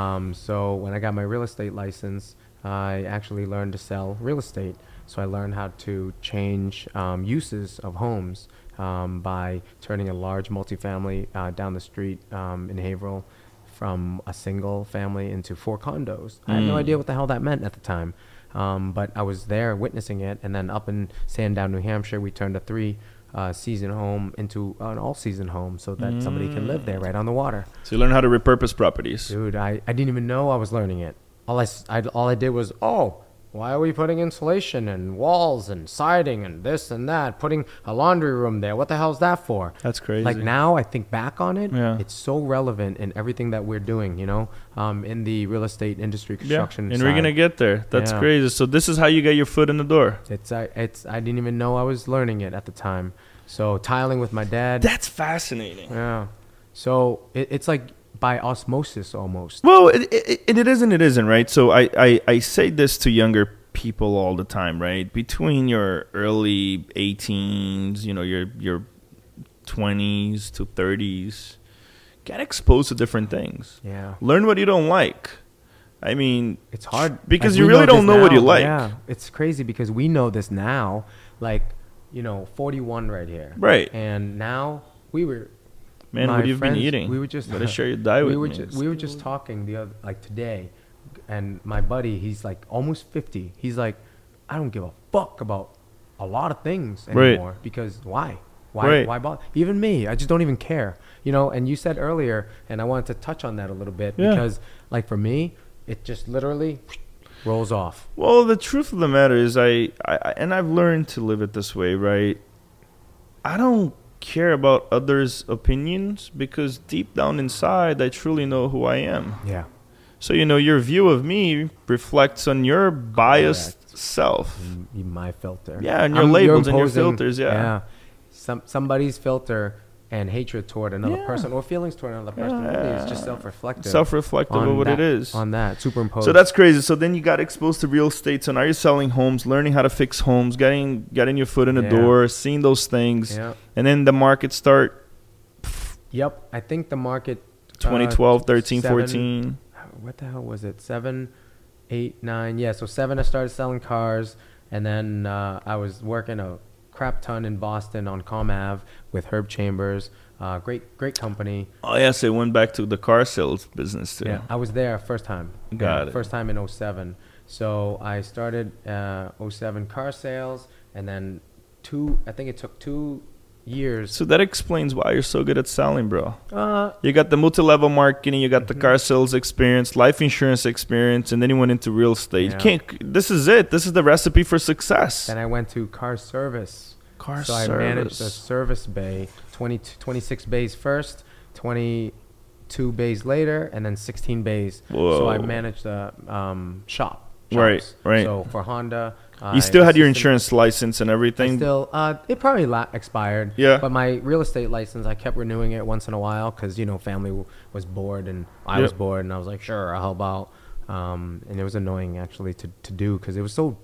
S3: Um, so when I got my real estate license, I actually learned to sell real estate. So I learned how to change um, uses of homes um, by turning a large multifamily uh, down the street um, in Haverhill from a single family into four condos. I had no idea what the hell that meant at the time. Um, but I was there witnessing it. And then up in Sandown, New Hampshire, we turned a three uh, season home into an all season home so that somebody can live there right on the water.
S2: So you learn how to repurpose properties.
S3: Dude, I, I didn't even know I was learning it. All I, s- I- all I did was, oh, why are we putting insulation and walls and siding and this and that, putting a laundry room there? What the hell's that for?
S2: That's crazy.
S3: Like now, I think back on it,
S2: Yeah.
S3: it's so relevant in everything that we're doing, you know, um, in the real estate industry
S2: Yeah,
S3: construction.
S2: and we're gonna
S3: side.
S2: get there. That's
S3: Yeah.
S2: crazy. So this is how you get your foot in the door.
S3: It's I, it's I didn't even know I was learning it at the time. So tiling with my dad.
S2: That's fascinating.
S3: yeah. So it, it's like by osmosis almost.
S2: Well, it, it, it, it is and it isn't, right? So I, I, I say this to younger people all the time, right? Between your early 18s, you know, your your 20s to 30s, get exposed to different things.
S3: Yeah.
S2: Learn what you don't like. I mean,
S3: It's hard
S2: because
S3: Like,
S2: you
S3: we
S2: really don't
S3: this
S2: know what you
S3: now.
S2: like.
S3: Yeah, it's crazy because we know this now. Like, you know, forty-one right here.
S2: Right.
S3: And now we were.
S2: Man,
S3: my
S2: what you've been
S3: friends-
S2: eating.
S3: We were just.
S2: Better share your diet
S3: we
S2: with
S3: were
S2: me.
S3: ju- we were just talking the other like today, and my buddy, he's like almost fifty. He's like, I don't give a fuck about a lot of things
S2: Right.
S3: anymore because why? Why?
S2: Right.
S3: Why bother? Even me, I just don't even care. You know. And you said earlier, and I wanted to touch on that a little bit
S2: Yeah.
S3: because, like, for me, it just literally rolls off.
S2: Well, the truth of the matter is, I, I I- and I've learned to live it this way, right? I don't care about others' opinions because deep down inside, I truly know who I am.
S3: Yeah.
S2: So you know, your view of me reflects on your biased self.
S3: You, my filter.
S2: Yeah, and your labels and your filters, yeah.
S3: Some somebody's filter and hatred toward another
S2: Yeah.
S3: person or feelings toward another person really is just self-reflective.
S2: Self-reflective
S3: on
S2: of what it
S3: that-
S2: is.
S3: On that superimposed.
S2: So that's crazy. So then you got exposed to real estate. So now you're selling homes, learning how to fix homes, getting getting your foot in the
S3: Yeah.
S2: door, seeing those things,
S3: Yeah.
S2: and then the market start
S3: Yep, I think the market. uh,
S2: 2012, 13,
S3: seven-
S2: 14.
S3: What the hell was it? Seven, eight, nine. Yeah, so seven. I started selling cars, and then uh, I was working a crap ton in Boston on ComAv with Herb Chambers. Uh, great, great company.
S2: Oh yes, it went back to the car sales business too.
S3: Yeah, I was there first time.
S2: Got
S3: Yeah,
S2: it.
S3: First time in 07. So I oh started uh, 07 car sales, and then two. I think it took two years.
S2: So that explains why you're so good at selling, bro.
S3: Uh,
S2: You got the multi-level marketing, you
S3: Mm-hmm.
S2: got the car sales experience, life insurance experience, and then you went into real estate.
S3: Yeah.
S2: You can't. This is it. This is the recipe for success.
S3: then I went to car service.
S2: Car
S3: so I managed a service bay, 20, 26 bays first, 22 bays later, and then 16 bays. So I
S2: Whoa.
S3: managed a um, shop.
S2: Right,
S3: shops.
S2: right.
S3: So for Honda. I
S2: you still had your
S3: assisted-
S2: insurance license and
S3: I
S2: everything.
S3: Still, uh, it probably la- expired.
S2: Yeah.
S3: But my real estate license, I kept renewing it once in a while because you know family w- was bored and I
S2: Yep.
S3: was bored and I was like, sure, I'll help out. Um, and it was annoying actually to to do because it was so.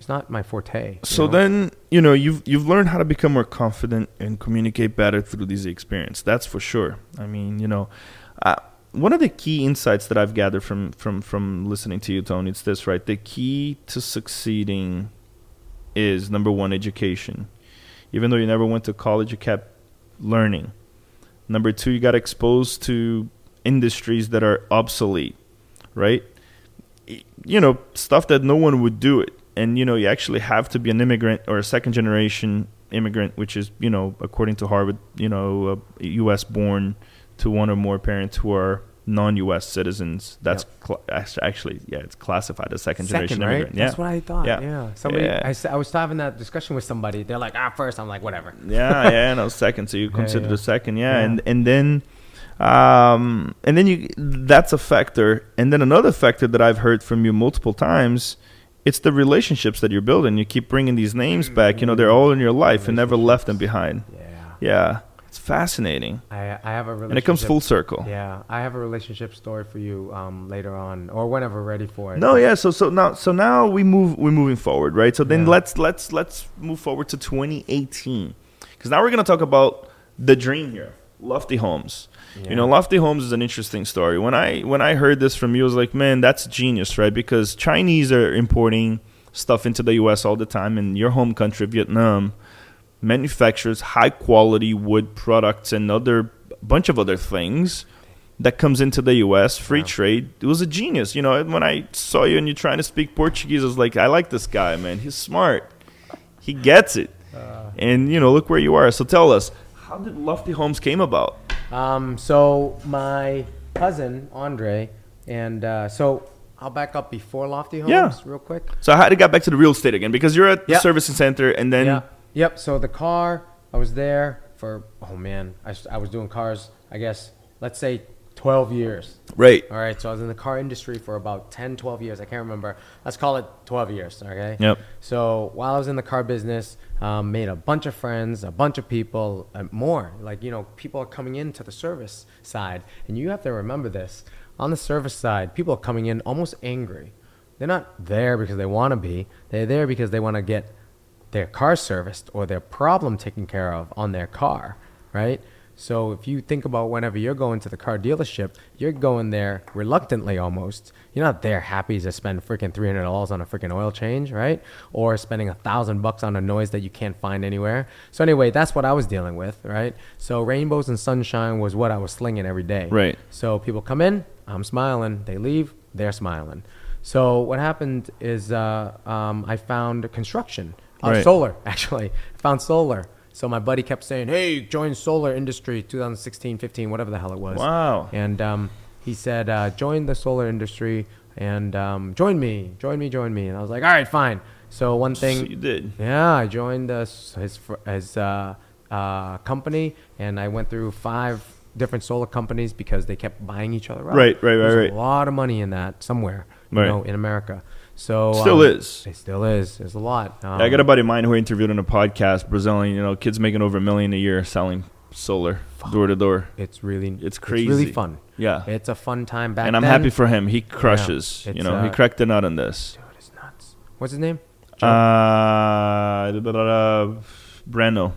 S3: It's not my forte. you
S2: so
S3: know?
S2: then you know you've you've learned how to become more confident and communicate better through these experience that's for sure i mean you know uh, one of the key insights that i've gathered from from from listening to you tony it's this right the key to succeeding is number one education even though you never went to college you kept learning number two you got exposed to industries that are obsolete right you know stuff that no one would do it and you know you actually have to be an immigrant or a second generation immigrant which is you know according to harvard you know a us born to one or more parents who are non-us citizens that's cla act- actually yeah it's classified as second, generation
S3: right?
S2: immigrant
S3: That's what I thought. Yeah. Somebody,
S2: Yeah.
S3: I, s- I was having that discussion with somebody. They're like, ah, first. I'm like, whatever.
S2: yeah, yeah, no, second. So you
S3: Yeah,
S2: consider
S3: yeah.
S2: the second, yeah,
S3: Yeah.
S2: and and then, um, and then you that's a factor, and then another factor that I've heard from you multiple times, it's the relationships that you're building. You keep bringing these names back. You know, they're all in your life and never left them behind.
S3: Yeah.
S2: Yeah, it's fascinating,
S3: I, I have a relationship.
S2: and it comes full circle.
S3: Yeah, I have a relationship story for you um, later on or whenever ready for it.
S2: No, yeah. So so now so now we move we're moving forward, right? So then
S3: Yeah.
S2: let's let's let's move forward to 2018, because now we're gonna talk about the dream here, Lofty Homes. You
S3: Yeah.
S2: know, Lofty Homes is an interesting story. When I when I heard this from you, I was like, man, that's genius, right? Because Chinese are importing stuff into the U.S. all the time, and your home country, Vietnam, manufactures high quality wood products and other bunch of other things that comes into the U.S. Free trade. It was a genius, you know. and When I saw you and you're trying to speak Portuguese, I was like, I like this guy, man. He's smart. He gets it. and you know, look where you are. So tell us, how did Lofty Homes came about?
S3: Um, so my cousin Andre and uh, so I'll back up before Lofty Homes
S2: Yeah.
S3: real quick.
S2: So I had to get back to the real estate again because you're at the
S3: Yeah.
S2: servicing center, and then
S3: yeah. Yep. So the car, I was there for oh man, I, s- I was doing cars. I guess let's say twelve years.
S2: right,
S3: All right, so I was in the car industry for about 10, 12 years. I can't remember. Let's call it 12 years, okay?
S2: Yep.
S3: So while I was in the car business, um, made a bunch of friends, a bunch of people, uh, more. Like, you know, people are coming into the service side. And you have to remember this. On the service side, people are coming in almost angry. They're not there because they want to be, they're there because they want to get their car serviced or their problem taken care of on their car, right? So if you think about whenever you're going to the car dealership, you're going there reluctantly almost. You're not there happy to spend freaking three hundred dollars on a freaking oil change, right? Or spending a thousand bucks on a noise that you can't find anywhere. So anyway, that's what I was dealing with, right? So rainbows and sunshine was what I was slinging every day.
S2: Right.
S3: So people come in, I'm smiling. They leave, they're smiling. So what happened is uh, um, I found construction, uh,
S2: Right.
S3: solar actually. I found solar. So my buddy kept saying, "Hey, join solar industry 2016, 15, whatever the hell it was."
S2: Wow.
S3: And um, he said, uh, "Join the solar industry and um, join me, join me, join me." And I was like, "All right, fine." So one thing
S2: So you did.
S3: yeah, I joined uh, s- his fr- his uh, uh, company, and I went through five different solar companies because they kept buying each other up.
S2: Right, right, right,
S3: There's
S2: right.
S3: A lot of money in that somewhere, you
S2: Right.
S3: know, in America. So
S2: Still
S3: um,
S2: is.
S3: It still is. There's a lot. Um,
S2: I got a buddy of mine who I interviewed on a podcast, Brazilian. You know, kids making over a million a year selling solar door to door.
S3: It's really
S2: It's
S3: really
S2: crazy.
S3: fun.
S2: Yeah.
S3: it's a fun time back.
S2: And I'm
S3: then.
S2: happy for him. He crushes. you
S3: It's,
S2: know, he
S3: uh,
S2: cracked the nut on this.
S3: Dude, it's nuts. What's his name? Joe?
S2: Uh, blah, blah, blah, Breno.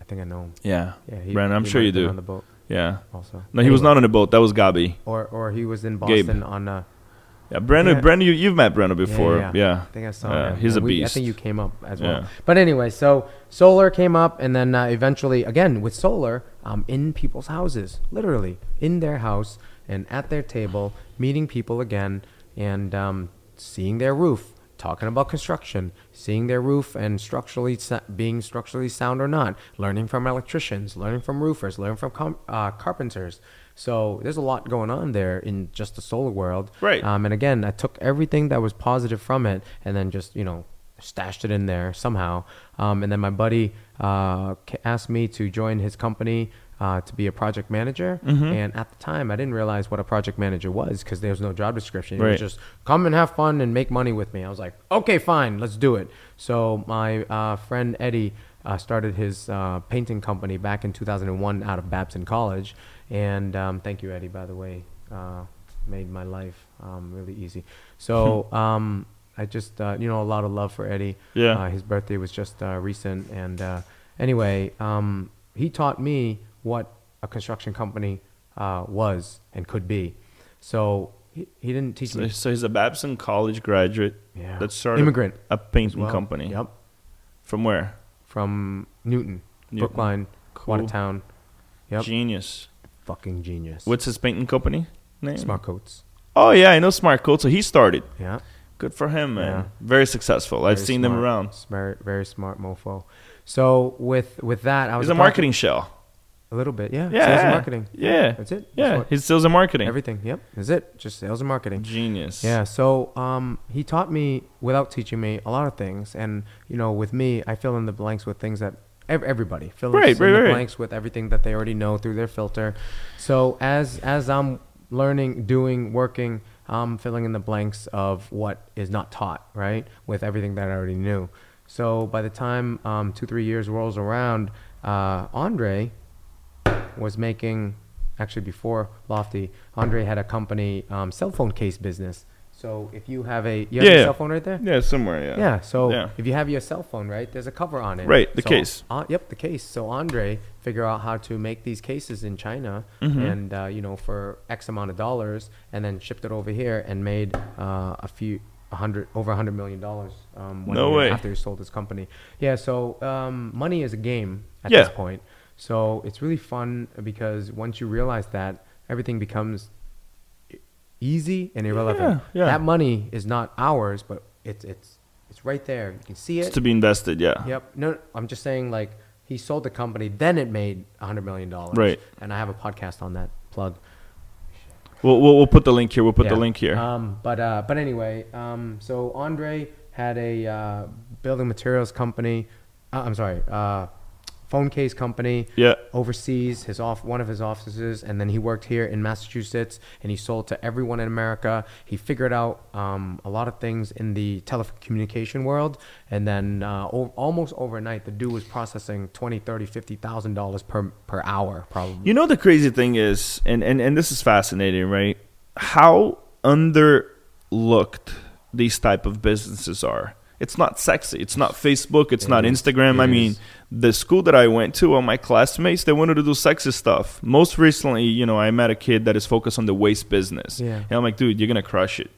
S3: I think I know him.
S2: Yeah.
S3: Yeah, he,
S2: Breno, I'm
S3: he
S2: sure
S3: might
S2: you
S3: have been On
S2: do.
S3: the boat
S2: Yeah.
S3: also.
S2: No, he was
S3: Anyway.
S2: not on the boat. That was Gabi.
S3: Or or he was in
S2: Gabe.
S3: Boston on. Uh,
S2: Yeah, Breno,
S3: Yeah.
S2: Breno, you, you've met Breno before. Yeah.
S3: I think I saw
S2: Yeah,
S3: him.
S2: He's
S3: And
S2: a
S3: we-
S2: beast.
S3: I think you came up as well.
S2: Yeah.
S3: But anyway, so solar came up, and then uh, eventually, again with solar, um, in people's houses, literally in their house and at their table, meeting people again and um, seeing their roof, talking about construction, seeing their roof and structurally sa- being structurally sound or not, learning from electricians, learning from roofers, learning from com- uh, carpenters. So there's a lot going on there in just the solar world.
S2: Right.
S3: Um, and again, I took everything that was positive from it and then just, you know, stashed it in there somehow. Um, and then my buddy uh, ca- asked me to join his company uh, to be a project manager. And at the time, I didn't realize what a project manager was because there was no job description. It
S2: Right.
S3: was just come and have fun and make money with me. I was like, okay, fine, let's do it. So my uh, friend Eddie uh, started his uh, painting company back in 2001 out of Babson College. And um, thank you, Eddie, by the way. Uh, made my life um, really easy. So um, I just, uh, you know, a lot of love for Eddie.
S2: Yeah.
S3: Uh, his birthday was just uh, recent. And uh, anyway, um, he taught me what a construction company uh, was and could be. So he, he didn't teach
S2: So,
S3: me
S2: so he's a Babson College graduate
S3: Yeah.
S2: that started
S3: Immigrant
S2: a
S3: as
S2: painting
S3: well.
S2: company.
S3: Yep.
S2: From where?
S3: From Newton,
S2: Newton.
S3: Brookline,
S2: Cool.
S3: Watertown. Yep.
S2: Genius.
S3: Fucking genius.
S2: What's his painting company name?
S3: smart coats?
S2: Oh yeah, I know Smart Coat. So he started.
S3: Yeah.
S2: Good for him, man.
S3: Yeah.
S2: Very successful. I've
S3: Very
S2: seen them
S3: smart.
S2: around.
S3: Smart, very smart mofo. So with with that, I was
S2: He's a
S3: about to-
S2: marketing shell.
S3: a little bit, yeah.
S2: Yeah.
S3: Sales and marketing.
S2: Yeah.
S3: That's it. That's
S2: Yeah.
S3: what-
S2: His sales and marketing.
S3: everything. Yep. That's it. Just sales and marketing.
S2: Genius.
S3: Yeah. So um, he taught me without teaching me a lot of things, and you know, with me, I fill in the blanks with things that ev- everybody fills
S2: Right,
S3: in
S2: right,
S3: the
S2: right.
S3: blanks with everything that they already know through their filter. So as as I'm learning, doing, working, I'm filling in the blanks of what is not taught, right, with everything that I already knew. So by the time um, two three years rolls around, uh, Andre was making actually before Lofty, Andre had a company um, cell phone case business. So if you have a you have
S2: Yeah.
S3: your cell phone right there.
S2: Yeah, somewhere. Yeah.
S3: Yeah. So
S2: Yeah.
S3: if you have your cell phone, right, there's a cover on it.
S2: Right, the
S3: So-
S2: case.
S3: uh, yep, the case. So Andre figure out how to make these cases in China,
S2: Mm-hmm.
S3: and uh, you know for X amount of dollars, and then shipped it over here and made uh, a few. a hundred over a hundred million dollars. Um, one
S2: No
S3: year
S2: way.
S3: After he sold his company, yeah. So um, money is a game at
S2: Yeah.
S3: this point. So it's really fun because once you realize that, everything becomes e- easy and irrelevant.
S2: yeah.
S3: That money is not ours, but it's it's it's right there. You can see it.
S2: It's to be invested. Yeah.
S3: Yep. No, I'm just saying like he sold the company, then it made a hundred million dollars.
S2: Right.
S3: And I have a podcast on that plug.
S2: We'll, we'll we'll put the link here. We'll put
S3: Yeah.
S2: the link here.
S3: Um, but uh, but anyway, um, so Andre had a uh, building materials company. Uh, I'm sorry, uh, phone case company.
S2: Yeah.
S3: Overseas, his off one of his offices, and then he worked here in Massachusetts, and he sold to everyone in America. He figured out um, a lot of things in the telecommunication world, and then uh, o- almost overnight, the dude was processing twenty, thirty, fifty thousand dollars per per hour, probably.
S2: You know the crazy thing is, and, and, and this is fascinating, right? How underlooked these type of businesses are. It's not sexy. It's not Facebook. It's not
S3: is.
S2: Instagram. I
S3: It
S2: mean,
S3: is.
S2: the school that I went to, all my classmates, they wanted to do sexy stuff. Most recently, you know, I met a kid that is focused on the waste business.
S3: Yeah.
S2: And I'm like, dude, you're gonna crush it.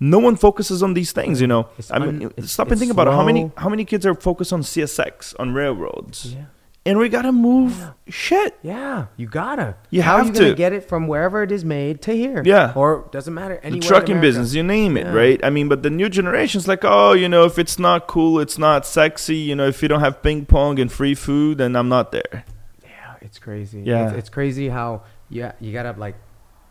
S2: No one focuses on these things, you know.
S3: It's
S2: I mean,
S3: un- it's-
S2: stop and
S3: it's
S2: think about it. How many
S3: slow.
S2: how many kids are focused on CSX on railroads?
S3: Yeah.
S2: And we gotta move shit.
S3: Yeah, you gotta.
S2: You
S3: How
S2: have
S3: are you gonna
S2: to.
S3: get it from wherever it is made to here.
S2: Yeah.
S3: or doesn't matter. Anywhere
S2: the
S3: in
S2: trucking
S3: America.
S2: business, you name it,
S3: Yeah.
S2: right? I mean, but the new generation's like, oh, you know, if it's not cool, it's not sexy. You know, if you don't have ping pong and free food, then I'm not there.
S3: Yeah, it's crazy.
S2: Yeah.
S3: it's, it's crazy how yeah you gotta like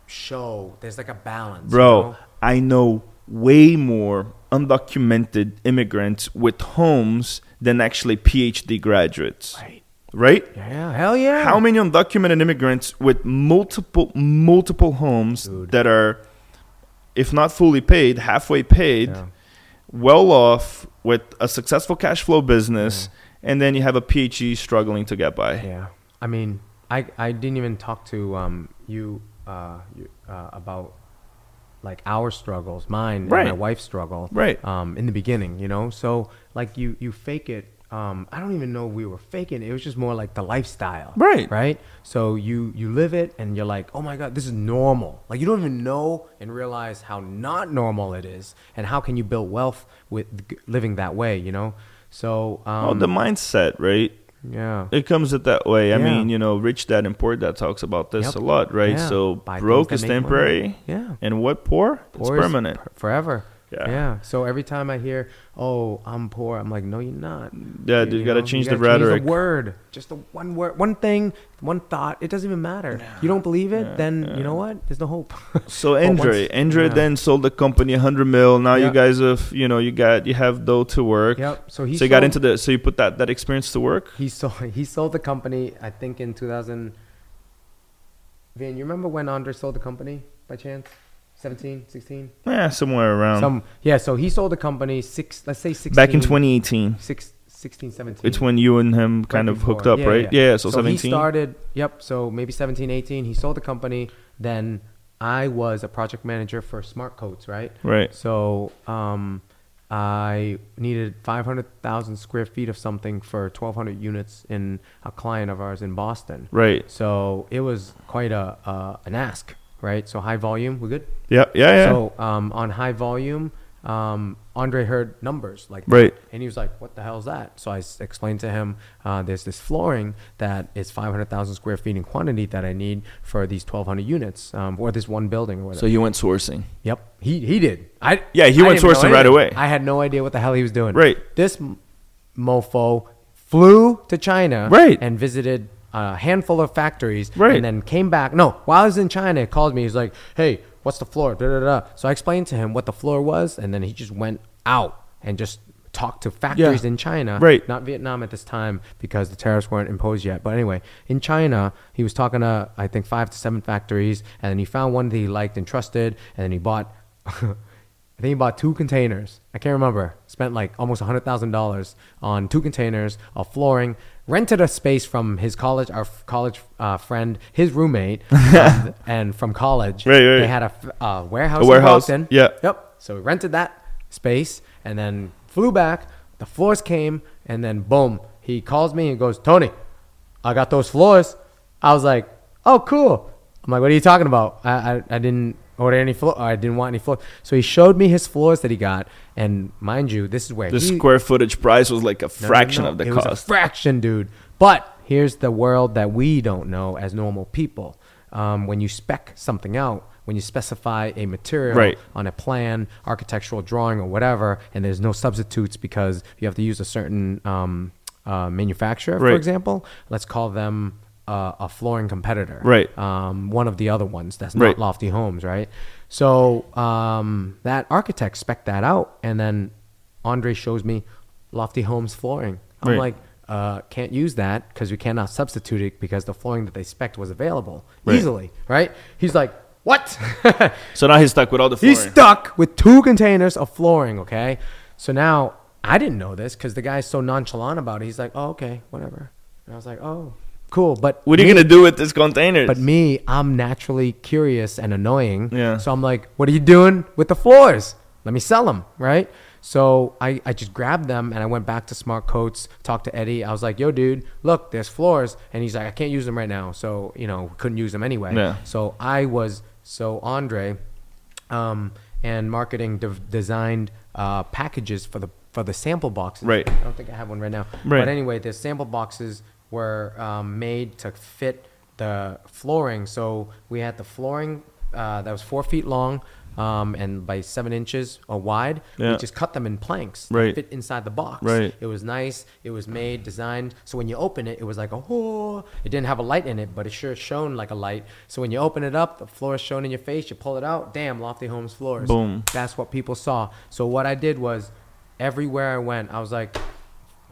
S3: show. There's like a balance,
S2: Bro,
S3: you know?
S2: I know way more undocumented immigrants with homes than actually PhD graduates,
S3: Right.
S2: right?
S3: Yeah, hell yeah.
S2: How many undocumented immigrants with multiple multiple homes
S3: Dude.
S2: that are, if not fully paid, halfway paid,
S3: Yeah.
S2: well off with a successful cash flow business, and then you have a PhD struggling to get by.
S3: Yeah, I mean, I I didn't even talk to um you uh, you, uh about like our struggles, mine and my
S2: Right.
S3: wife's struggle,
S2: Right.
S3: Um, in the beginning, you know, so like you you fake it. Um, I don't even know we were faking. It It was just more like the lifestyle,
S2: Right.
S3: Right. So you you live it, and you're like, oh my god, this is normal. Like you don't even know and realize how not normal it is, and how can you build wealth with g- living that way, you know? So um,
S2: Oh, the mindset, right?
S3: yeah,
S2: It comes it that way. I
S3: Yeah.
S2: mean, you know, Rich Dad and Poor Dad talks about this
S3: Yep.
S2: a lot, right?
S3: Yeah.
S2: So
S3: Buy things
S2: broke
S3: that
S2: is
S3: make money.
S2: temporary,
S3: Yeah.
S2: and what poor?
S3: Or
S2: it's
S3: is
S2: permanent.
S3: per- forever.
S2: Yeah.
S3: Yeah. So every time I hear, "Oh, I'm poor," I'm like, "No, you're not."
S2: Yeah, dude, you gotta change the rhetoric.
S3: the word, just the one word, one thing, one thought. It doesn't even matter. You don't believe it,
S2: Yeah,
S3: then
S2: yeah.
S3: you know what? There's no hope.
S2: So
S3: But
S2: Andre,
S3: once-
S2: Andre
S3: yeah.
S2: then sold the company 100 mil. Now
S3: Yeah.
S2: you guys have, you know, you got you have dough to work.
S3: Yep. So he
S2: so you got
S3: sold-
S2: into the so you put that that experience to work.
S3: He sold he sold the company. I think in 2000. Vin, you remember when Andre sold the company by chance? 17, 16?
S2: Yeah, somewhere around
S3: Some yeah. So he sold the company six. Let's say 16.
S2: Um. back in 2018.
S3: Six, 16, 17.
S2: It's when you and him kind of hooked up,
S3: Yeah,
S2: right? Yeah. so,
S3: he
S2: 17.
S3: started. Yep. So maybe 17, 18. He sold the company. Then I was a project manager for Smart Coats, right?
S2: Right.
S3: So um, I needed 500,000 square feet of something for 1,200 units in a client of ours in Boston.
S2: Right.
S3: So it was quite a uh, an ask, right? So high volume, we're good.
S2: Yeah. Yeah. Yeah.
S3: So um, on high volume, um, Andre heard numbers like
S2: Right.
S3: that, and he was like, "What the hell is that?" So I s- explained to him, uh, "There's this flooring that is 500,000 square feet in quantity that I need for these 1,200 units, um, or this one building, or whatever."
S2: so you went sourcing.
S3: Yep, he he did. I
S2: Yeah, he
S3: I
S2: went
S3: didn't know
S2: sourcing right
S3: anything.
S2: away.
S3: I had no idea what the hell he was doing.
S2: Right.
S3: this m- mofo flew to China.
S2: Right.
S3: and visited a handful of factories.
S2: Right.
S3: and then came back. No, while I was in China, he called me. He's like, "Hey, what's the floor?" Da, da, da. So I explained to him what the floor was, and then he just went out and just talked to factories in China
S2: Right.
S3: not Vietnam at this time because the tariffs weren't imposed yet. But anyway, in China, he was talking to I think five to seven factories, and then he found one that he liked and trusted, and then he bought. I think he bought two containers. I can't remember. Spent like almost hundred thousand dollars on two containers of flooring. Rented a space from his college, our f- college uh, friend, his roommate, um, and from college,
S2: Right, right.
S3: they had a f- uh, warehouse.
S2: A
S3: in
S2: warehouse,
S3: Boston.
S2: yeah.
S3: Yep. So we rented that space and then flew back. The floors came and then boom, he calls me and goes, Tony, I got those floors. I was like, oh, cool. I'm like, what are you talking about? I, I, I didn't order any floor. I didn't want any floor. So he showed me his floors that he got. And mind you, this is where
S2: The
S3: he,
S2: square footage price was like a
S3: no, no,
S2: fraction
S3: no.
S2: of the
S3: it
S2: cost.
S3: Was a fraction, dude. But here's the world that we don't know as normal people. Um, when you spec something out, when you specify a material
S2: Right.
S3: on a plan, architectural drawing, or whatever, and there's no substitutes because you have to use a certain um, uh, manufacturer,
S2: Right.
S3: for example, let's call them uh, a flooring competitor.
S2: Right.
S3: Um, one of the other ones that's
S2: Right.
S3: not lofty homes, right? So um, that architect spec that out, and then Andre shows me lofty homes flooring. I'm
S2: Right.
S3: like, uh, can't use that because we cannot substitute it because the flooring that they spec was available
S2: Right.
S3: easily, right? He's like, what?
S2: So now he's stuck with all the flooring.
S3: He's stuck with two containers of flooring, okay? So now I didn't know this because the guy's so nonchalant about it. He's like, oh, okay, whatever. And I was like, oh, cool. But
S2: what are you gonna do with this container?
S3: but me, I'm naturally curious and annoying.
S2: Yeah.
S3: So I'm like, what are you doing with the floors? Let me sell them, right? So I, I just grabbed them and I went back to Smart Coats, talked to Eddie. I was like, yo, dude, look, there's floors. And he's like, I can't use them right now. So, you know, couldn't use them anyway.
S2: Yeah.
S3: So I was, so Andre um, and marketing de- designed uh, packages for the for the sample boxes.
S2: Right.
S3: I don't think I have one right now.
S2: Right.
S3: But anyway, the sample boxes were um, made to fit the flooring. So we had the flooring uh, that was four feet long um, and by seven inches uh, wide.
S2: Yeah.
S3: We just cut them in planks. that
S2: Right.
S3: Fit inside the box.
S2: Right.
S3: It was nice. It was made, designed. So when you open it, it was like a whoo. It didn't have a light in it, but it sure shone like a light. So when you open it up, the floor is shown in your face. You pull it out. Damn, Lofty Homes floors.
S2: Boom.
S3: That's what people saw. So what I did was, everywhere I went, I was like,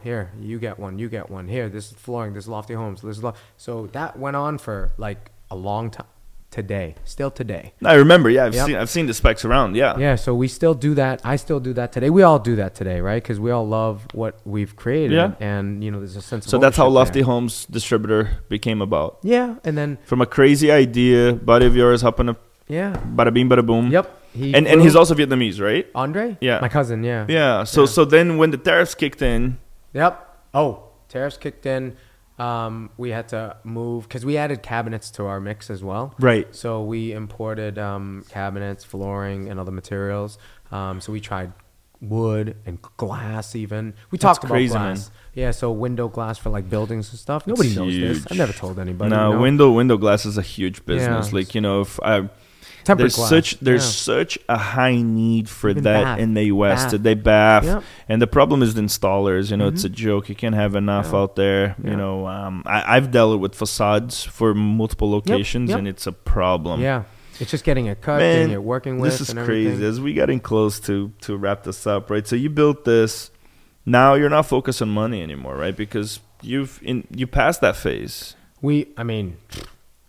S3: here, you get one, you get one. Here, this is flooring, this is Lofty Homes, this is lo-. So that went on for like a long time. Today, still today.
S2: I remember. Yeah, I've
S3: Yep.
S2: seen I've seen the specs around. Yeah.
S3: Yeah, so we still do that. I still do that today. We all do that today, right? Because we all love what we've created,
S2: Yeah.
S3: and you know, there's a sense. of
S2: So that's how
S3: ownership
S2: Lofty
S3: there.
S2: Homes distributor became about.
S3: Yeah, and then
S2: From a crazy idea, buddy of yours hopping a
S3: yeah,
S2: bada bing, bada boom.
S3: Yep, he
S2: and and
S3: flew-
S2: he's also Vietnamese, right?
S3: Andre.
S2: Yeah.
S3: my cousin. Yeah.
S2: Yeah. So so then when the tariffs kicked in,
S3: Yep. Oh, tariffs kicked in. Um, we had to move because we added cabinets to our mix as well.
S2: Right.
S3: So we imported um, cabinets, flooring, and other materials. Um, so we tried wood and glass. Even we talked about
S2: crazy, man.
S3: glass. Yeah. So window glass for like buildings and stuff. Nobody
S2: It's
S3: knows this.
S2: huge.
S3: I never told anybody.
S2: No,
S3: you know?
S2: window window glass is a huge business.
S3: Yeah.
S2: Like you know, if I
S3: Tempered
S2: there's
S3: glass,
S2: such there's
S3: yeah.
S2: such a high need for
S3: Even
S2: that
S3: bath,
S2: in the US
S3: bath.
S2: today. Bath,
S3: Yep. Mm-hmm.
S2: and the problem is the installers. You know, it's a joke. You can't have enough
S3: Yeah.
S2: out there.
S3: Yeah.
S2: You know, um, I, I've dealt with facades for multiple locations,
S3: yep.
S2: and it's a problem.
S3: yeah, it's just getting it cut,
S2: Man,
S3: getting it working with.
S2: This is
S3: and
S2: crazy.
S3: everything.
S2: As we getting close to to wrap this up, right? So you built this. Now you're not focused on money anymore, right? Because you've in you passed that phase.
S3: We, I mean,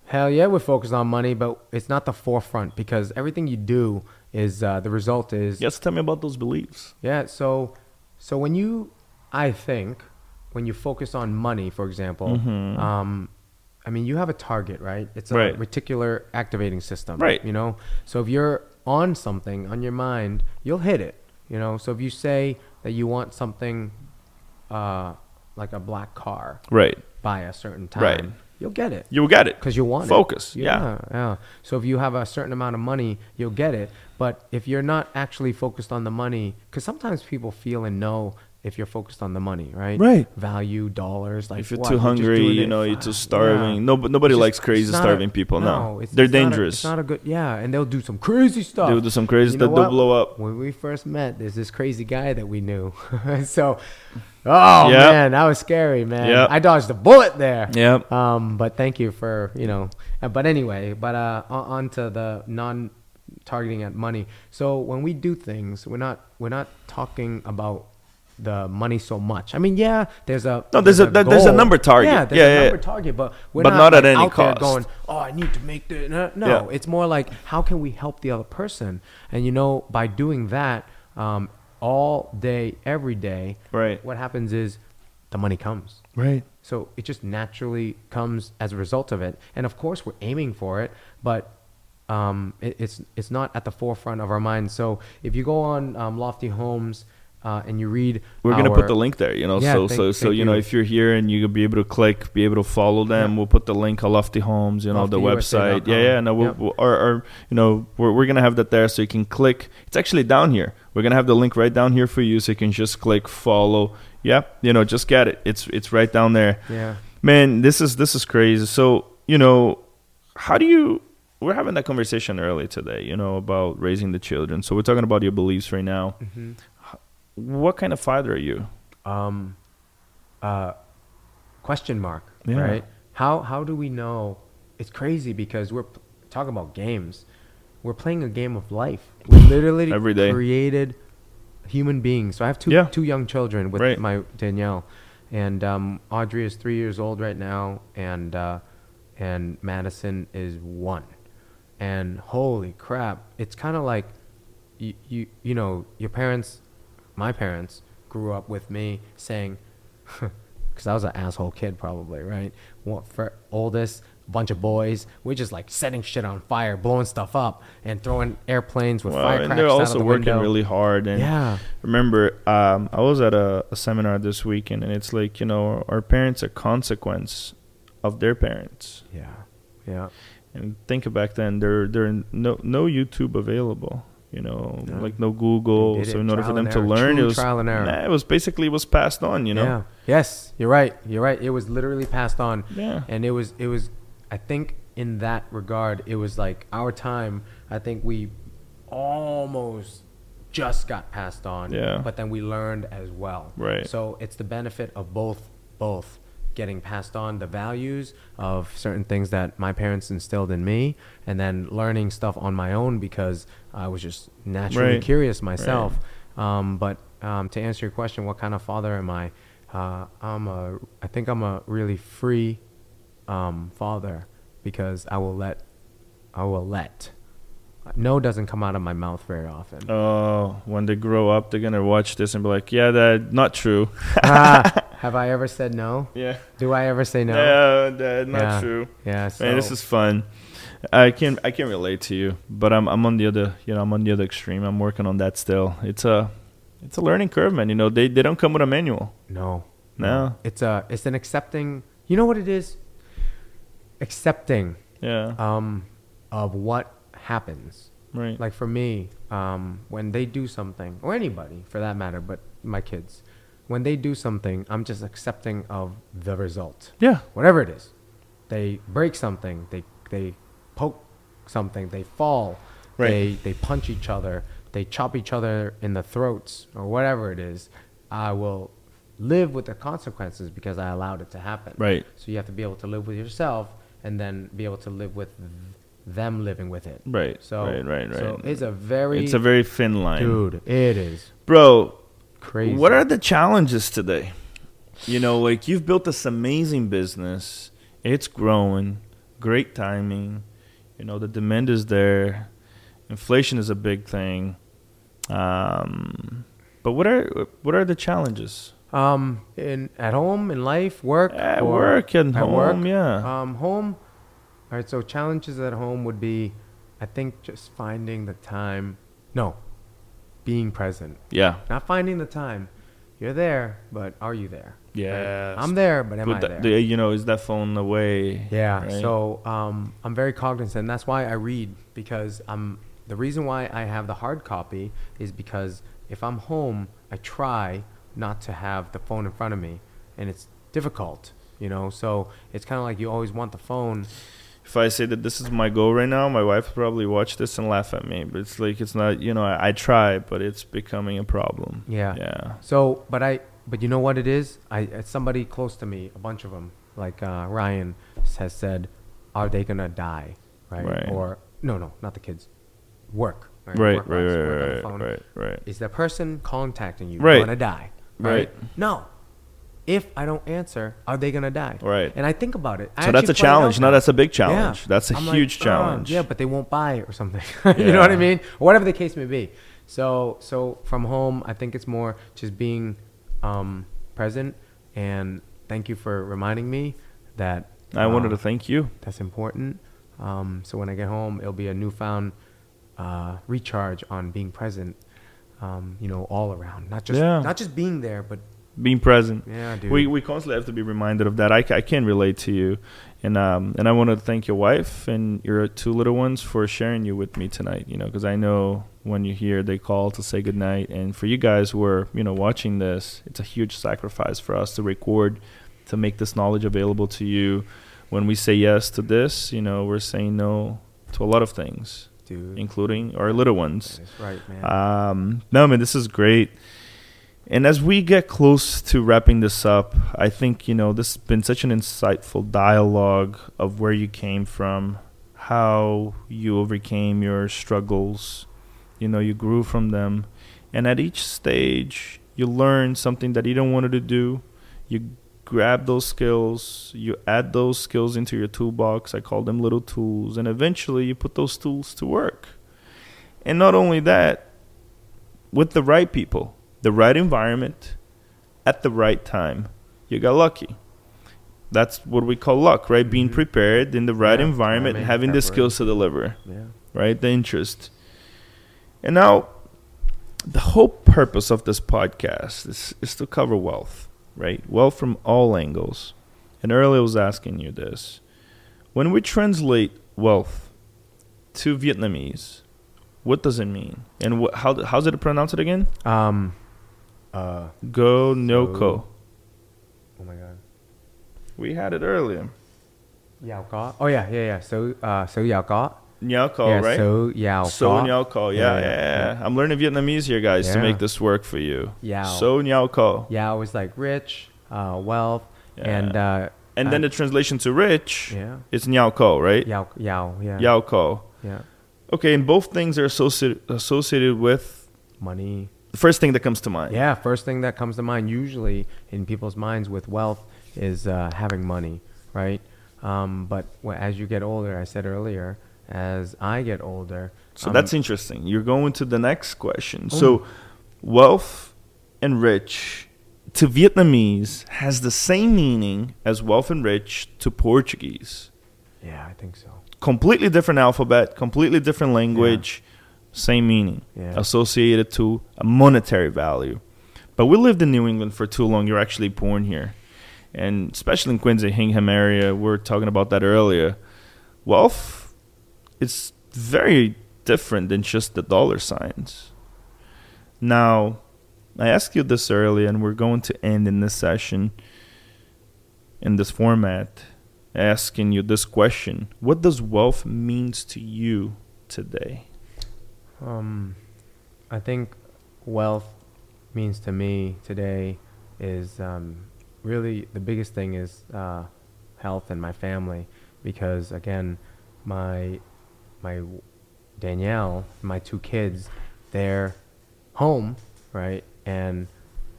S3: hell yeah, we're focused on money, but it's not the forefront because everything you do is uh, the result is
S2: Yes, tell me about those beliefs.
S3: Yeah. So, so when you, I think, when you focus on money, for example, um, I mean, you have a target, right? It's a
S2: Mm-hmm. Right.
S3: reticular activating system,
S2: Right.
S3: You know, so if you're on something on your mind, you'll hit it. You know, so if you say that you want something, uh, like a black car
S2: Right.
S3: by a certain time,
S2: Right.
S3: you'll get it
S2: You got it.
S3: because you want it.
S2: focus. Yeah.
S3: yeah, yeah. So if you have a certain amount of money, you'll get it. But if you're not actually focused on the money, because sometimes people feel and know if you're focused on the money, right?
S2: Right.
S3: Value dollars. Like
S2: If you're
S3: what,
S2: too
S3: just
S2: hungry,
S3: doing
S2: you
S3: it
S2: know, you're
S3: fast.
S2: too starving. No- but nobody
S3: It's
S2: likes
S3: it's
S2: crazy
S3: not
S2: starving people, no.
S3: it's-
S2: They're
S3: it's not a-
S2: dangerous.
S3: it's not a good. Yeah, and they'll do some crazy stuff.
S2: They'll do some crazy
S3: You know
S2: stuff, they'll
S3: what?
S2: blow up.
S3: When we first met, there's this crazy guy that we knew. so, oh
S2: Yep.
S3: man, that was scary, man.
S2: Yep.
S3: I dodged a bullet there.
S2: Yep.
S3: Um, but thank you for you know. uh, But anyway, but uh, on, on to the non-targeting at money. So when we do things, we're not we're not talking about the money so much. I mean, yeah, there's a
S2: No, there's a- there- there's a
S3: goal.
S2: number target.
S3: Yeah, there's
S2: Yeah,
S3: a
S2: yeah,
S3: number
S2: yeah.
S3: target, but we're
S2: But
S3: not,
S2: not at
S3: like,
S2: any
S3: out there
S2: cost.
S3: Going, oh, I need to make the no. no.
S2: Yeah.
S3: It's more like how can we help the other person? And you know, by doing that, um, all day, every day,
S2: Right.
S3: What happens is the money comes.
S2: Right.
S3: So it just naturally comes as a result of it. And of course, we're aiming for it, but um, it, it's it's not at the forefront of our mind. So if you go on um, Lofty Homes uh, and you read,
S2: We're gonna put
S3: our-
S2: the link there, you know.
S3: Yeah,
S2: so
S3: thank-
S2: so so
S3: thank
S2: you know
S3: you.
S2: if you're here and you could be able to click, be able to follow them.
S3: Yeah.
S2: We'll put the link Lofty Homes, you know, the
S3: LoftyUSA.com.
S2: website. Yeah, yeah. No, we'll,
S3: Yep.
S2: we'll- or, or you know we're we're gonna have that there, so you can click. It's actually down here. We're gonna have the link right down here for you, so you can just click follow. Yeah, you know, just get it. It's it's right down there.
S3: Yeah.
S2: Man, this is this is crazy. So you know, how do you? We're having that conversation earlier today, you know, about raising the children. So we're talking about your beliefs right now. What kind of father are you?
S3: um, uh, question mark,
S2: Yeah.
S3: right? How how do we know? It's crazy because we're p- talking about games. We're playing a game of life. We literally
S2: Every day.
S3: created human beings. So I have two
S2: Yeah.
S3: two young children with
S2: Right.
S3: my Danielle, and um, Audrey is three years old right now, and uh, and Madison is one. And holy crap, it's kind of like you, you you know your parents, my parents grew up with me saying, because I was an asshole kid probably right. What for oldest bunch of boys, we're just like setting shit on fire, blowing stuff up, and throwing airplanes with
S2: Well,
S3: firecrackers
S2: and they're
S3: out
S2: also
S3: of the
S2: working
S3: window.
S2: really hard. And
S3: Yeah.
S2: remember, um, I was at a, a seminar this weekend, and it's like you know, our parents are consequence of their parents.
S3: Yeah, yeah.
S2: And think back then, there there are no no YouTube available. You know,
S3: No.
S2: like no Google.
S3: They did
S2: So
S3: it
S2: in order for
S3: trial
S2: them
S3: and
S2: to
S3: error,
S2: learn, it
S3: true
S2: was
S3: trial and error.
S2: Nah, it was basically it was passed on. You know.
S3: Yeah. Yes, you're right. You're right. It was literally passed on.
S2: Yeah.
S3: And it was it was I think in that regard it was like our time, I think we almost just got passed on.
S2: Yeah.
S3: But then we learned as well.
S2: Right.
S3: So it's the benefit of both both getting passed on the values of certain things that my parents instilled in me and then learning stuff on my own because I was just naturally
S2: Right.
S3: curious myself. Um, but um, to answer your question, what kind of father am I? Uh, I'm a, I think I'm a really free um, father because I will let, I will let. No doesn't come out of my mouth very often.
S2: Oh, when they grow up, they're gonna watch this and be like, "Yeah, that not true."
S3: Ah, have I ever said no?
S2: yeah.
S3: Do I ever say no?
S2: No, that not
S3: Yeah.
S2: true.
S3: Yeah. So,
S2: Man, this is fun. I can I can relate to you, but I'm I'm on the other you know I'm on the other extreme. I'm working on that still. It's a it's a learning curve, man. You know they they don't come with a manual.
S3: no.
S2: No.
S3: It's a, it's an accepting. You know what it is? Accepting
S2: Yeah.
S3: um, of what happens.
S2: right.
S3: Like for me, um, when they do something, or anybody for that matter, but my kids, when they do something, I'm just accepting of the result.
S2: yeah.
S3: Whatever it is. They break something, they, they poke something. They fall.
S2: Right.
S3: They they punch each other. They chop each other in the throats or whatever it is. I will live with the consequences because I allowed it to happen.
S2: Right.
S3: So you have to be able to live with yourself and then be able to live with them living with it.
S2: Right,
S3: So
S2: right, right,
S3: So
S2: right.
S3: it's a very
S2: It's a very thin line,
S3: dude. It is
S2: bro.
S3: crazy.
S2: What are the challenges today? You know, like you've built this amazing business. It's growing, great timing. You know, the demand is there. Inflation is a big thing. Um, but what are what are the challenges?
S3: um in at home in life work
S2: At
S3: or-
S2: work and
S3: at
S2: home,
S3: work?
S2: yeah.
S3: Um, home. All right. So challenges at home would be, I think, just finding the time. No, being present.
S2: yeah.
S3: Not finding the time. You're there, but are you there? Right?
S2: Yes.
S3: I'm there, but am
S2: Put
S3: I
S2: that-
S3: there?
S2: the- you know, is that phone away?
S3: Yeah.
S2: right?
S3: So um, I'm very cognizant. And that's why I read because I'm the reason why I have the hard copy is because if I'm home, I try not to have the phone in front of me, and it's difficult, you know. So it's kind of like you always want the phone.
S2: if I say that this is my goal right now, my wife will probably watch this and laugh at me. But it's like it's not, you know, I, I try, but it's becoming a problem.
S3: Yeah.
S2: Yeah.
S3: So, but I, but you know what it is? I it's somebody close to me, a bunch of them, like uh, Ryan has said, are they gonna die, right?
S2: Right.
S3: Or no, no, not the kids, work.
S2: Right,
S3: Work
S2: right,
S3: lives,
S2: right,
S3: work on the
S2: right,
S3: phone.
S2: right, right.
S3: Is the person contacting you
S2: Right.
S3: gonna die?
S2: Right.
S3: No. If I don't answer, are they gonna die?
S2: Right.
S3: And I think about it. I
S2: So
S3: actually
S2: that's a
S3: play it
S2: challenge.
S3: out
S2: No,
S3: now.
S2: that's a big challenge. That's a
S3: I'm like,
S2: huge
S3: "Oh,
S2: challenge.
S3: yeah, but they won't buy it or something. you know what I
S2: Yeah.
S3: mean? Whatever the case may be. So, so from home, I think it's more just being um, present. And thank you for reminding me that
S2: I wanted to
S3: uh,
S2: thank you.
S3: that's important. Um, so when I get home, it'll be a newfound uh, recharge on being present. Um, you know, all around, not just
S2: Yeah.
S3: not just being there, but
S2: being present.
S3: Yeah, dude.
S2: We we constantly have to be reminded of that. I, ca- I can relate to you, and um and I want to thank your wife and your two little ones for sharing you with me tonight. You know, because I know when you hear they call to say goodnight, and for you guys who are you know watching this, it's a huge sacrifice for us to record, to make this knowledge available to you. When we say yes to this, you know, we're saying no to a lot of things,
S3: dude,
S2: including our little ones.
S3: that's right, man.
S2: Um, no, man, this is great. And as we get close to wrapping this up, I think, you know, this has been such an insightful dialogue of where you came from, how you overcame your struggles, you know, you grew from them. And at each stage, you learn something that you don't wanted to do. You grab those skills, you add those skills into your toolbox. I call them little tools. And eventually, you put those tools to work. And not only that, with the right people, the right environment, at the right time, you got lucky. That's what we call luck, right? Being prepared in the right
S3: Mm-hmm. Yeah,
S2: environment,
S3: I mean,
S2: having the
S3: preparation.
S2: skills to deliver
S3: yeah.
S2: right? The interest. And now, the whole purpose of this podcast is, is to cover wealth, right? Wealth from all angles. And earlier I was asking you this. When we translate wealth to Vietnamese, what does it mean? And wh- how, d- how's it pronounce it again?
S3: Um, uh,
S2: Go no ko.
S3: oh my god.
S2: We had it earlier.
S3: Yao Ka. Oh yeah, yeah, yeah. So uh, so Yao Ka.
S2: Nyao ko,
S3: yeah,
S2: Oh, right?
S3: so Yao
S2: So
S3: Ka.
S2: nyao ko. Yeah, yeah, yeah, I'm learning Vietnamese here, guys, to
S3: Yeah.
S2: make this work for you.
S3: Yao.
S2: So nyao ko.
S3: Yao is like rich, uh, wealth, and uh,
S2: And then the translation to rich
S3: Yeah.
S2: is Nyao Ko, right?
S3: Yao Yao yeah
S2: Yao Ko.
S3: yeah
S2: Okay, and both things are associated associated with
S3: money.
S2: the first thing that comes to mind.
S3: Yeah, first thing that comes to mind usually in people's minds with wealth is uh, having money, right? Um, but wh- as you get older, I said earlier, as I get older,
S2: So
S3: I'm-
S2: that's interesting. You're going to the next question.
S3: Oh.
S2: So wealth and rich to Vietnamese has the same meaning as wealth and rich to Portuguese.
S3: yeah, I think so.
S2: Completely different alphabet, completely different language, same meaning.
S3: Yeah.
S2: Associated to a monetary value. But we lived in New England for too long. You're actually born here. And especially in Quincy, Hingham area, we were talking about that earlier. Wealth is very different than just the dollar signs. Now, I asked you this earlier, and we're going to end in this session, in this format. asking you this question. What does wealth means to you today?
S3: Um, I think wealth means to me today is um, really the biggest thing is uh, health and my family because again, my my Danielle, my two kids, they're home, right? And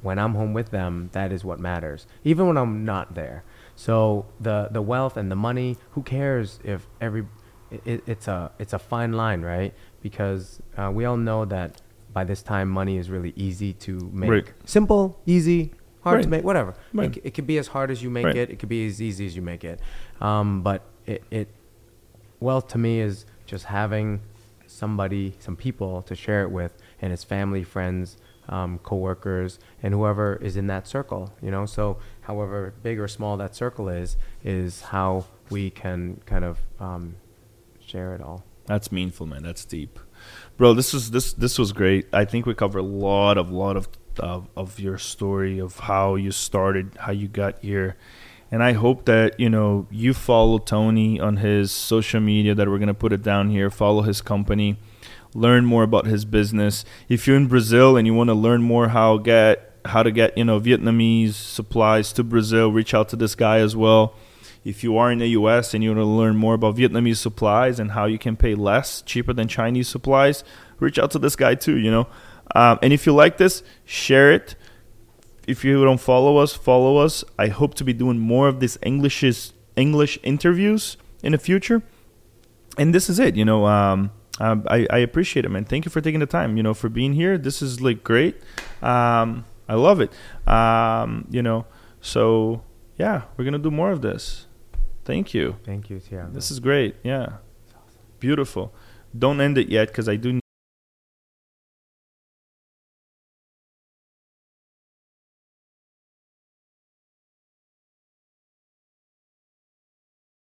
S3: when I'm home with them, that is what matters, even when I'm not there. So the the wealth and the money, who cares if every it, it's a it's a fine line, right? Because uh, we all know that by this time, money is really easy to make.
S2: Right.
S3: Simple, easy, hard to
S2: Right.
S3: make, whatever.
S2: Right.
S3: It, c- it could be as hard as you make
S2: Right.
S3: it. It could be as easy as you make it. Um, but it, it wealth to me is just having somebody, some people to share it with, and it's family, friends, um, coworkers, and whoever is in that circle. You know, so however big or small that circle is, is how we can kind of um, share it all.
S2: That's meaningful, man. That's deep, bro. This was this this was great. I think we covered a lot of lot of of, of your story of how you started, how you got here, and I hope that you know you follow Tony on his social media. That we're gonna put it down here. Follow his company, learn more about his business. If you're in Brazil and you want to learn more how get how to get you know Vietnamese supplies to Brazil, reach out to this guy as well. If you are in the US and you want to learn more about Vietnamese supplies and how you can pay less, cheaper than Chinese supplies, reach out to this guy too, you know. Um, and if you like this, share it. If you don't follow us, follow us. I hope to be doing more of these Englishes, English interviews in the future. And this is it, you know. Um, um, I, I appreciate it, man. Thank you for taking the time, you know, for being here. This is like great. Um, I love it. Um, you know, so yeah, we're gonna do more of this. Thank you.
S3: Thank you, Tiago.
S2: This is great. Yeah, beautiful. Don't end it yet because I do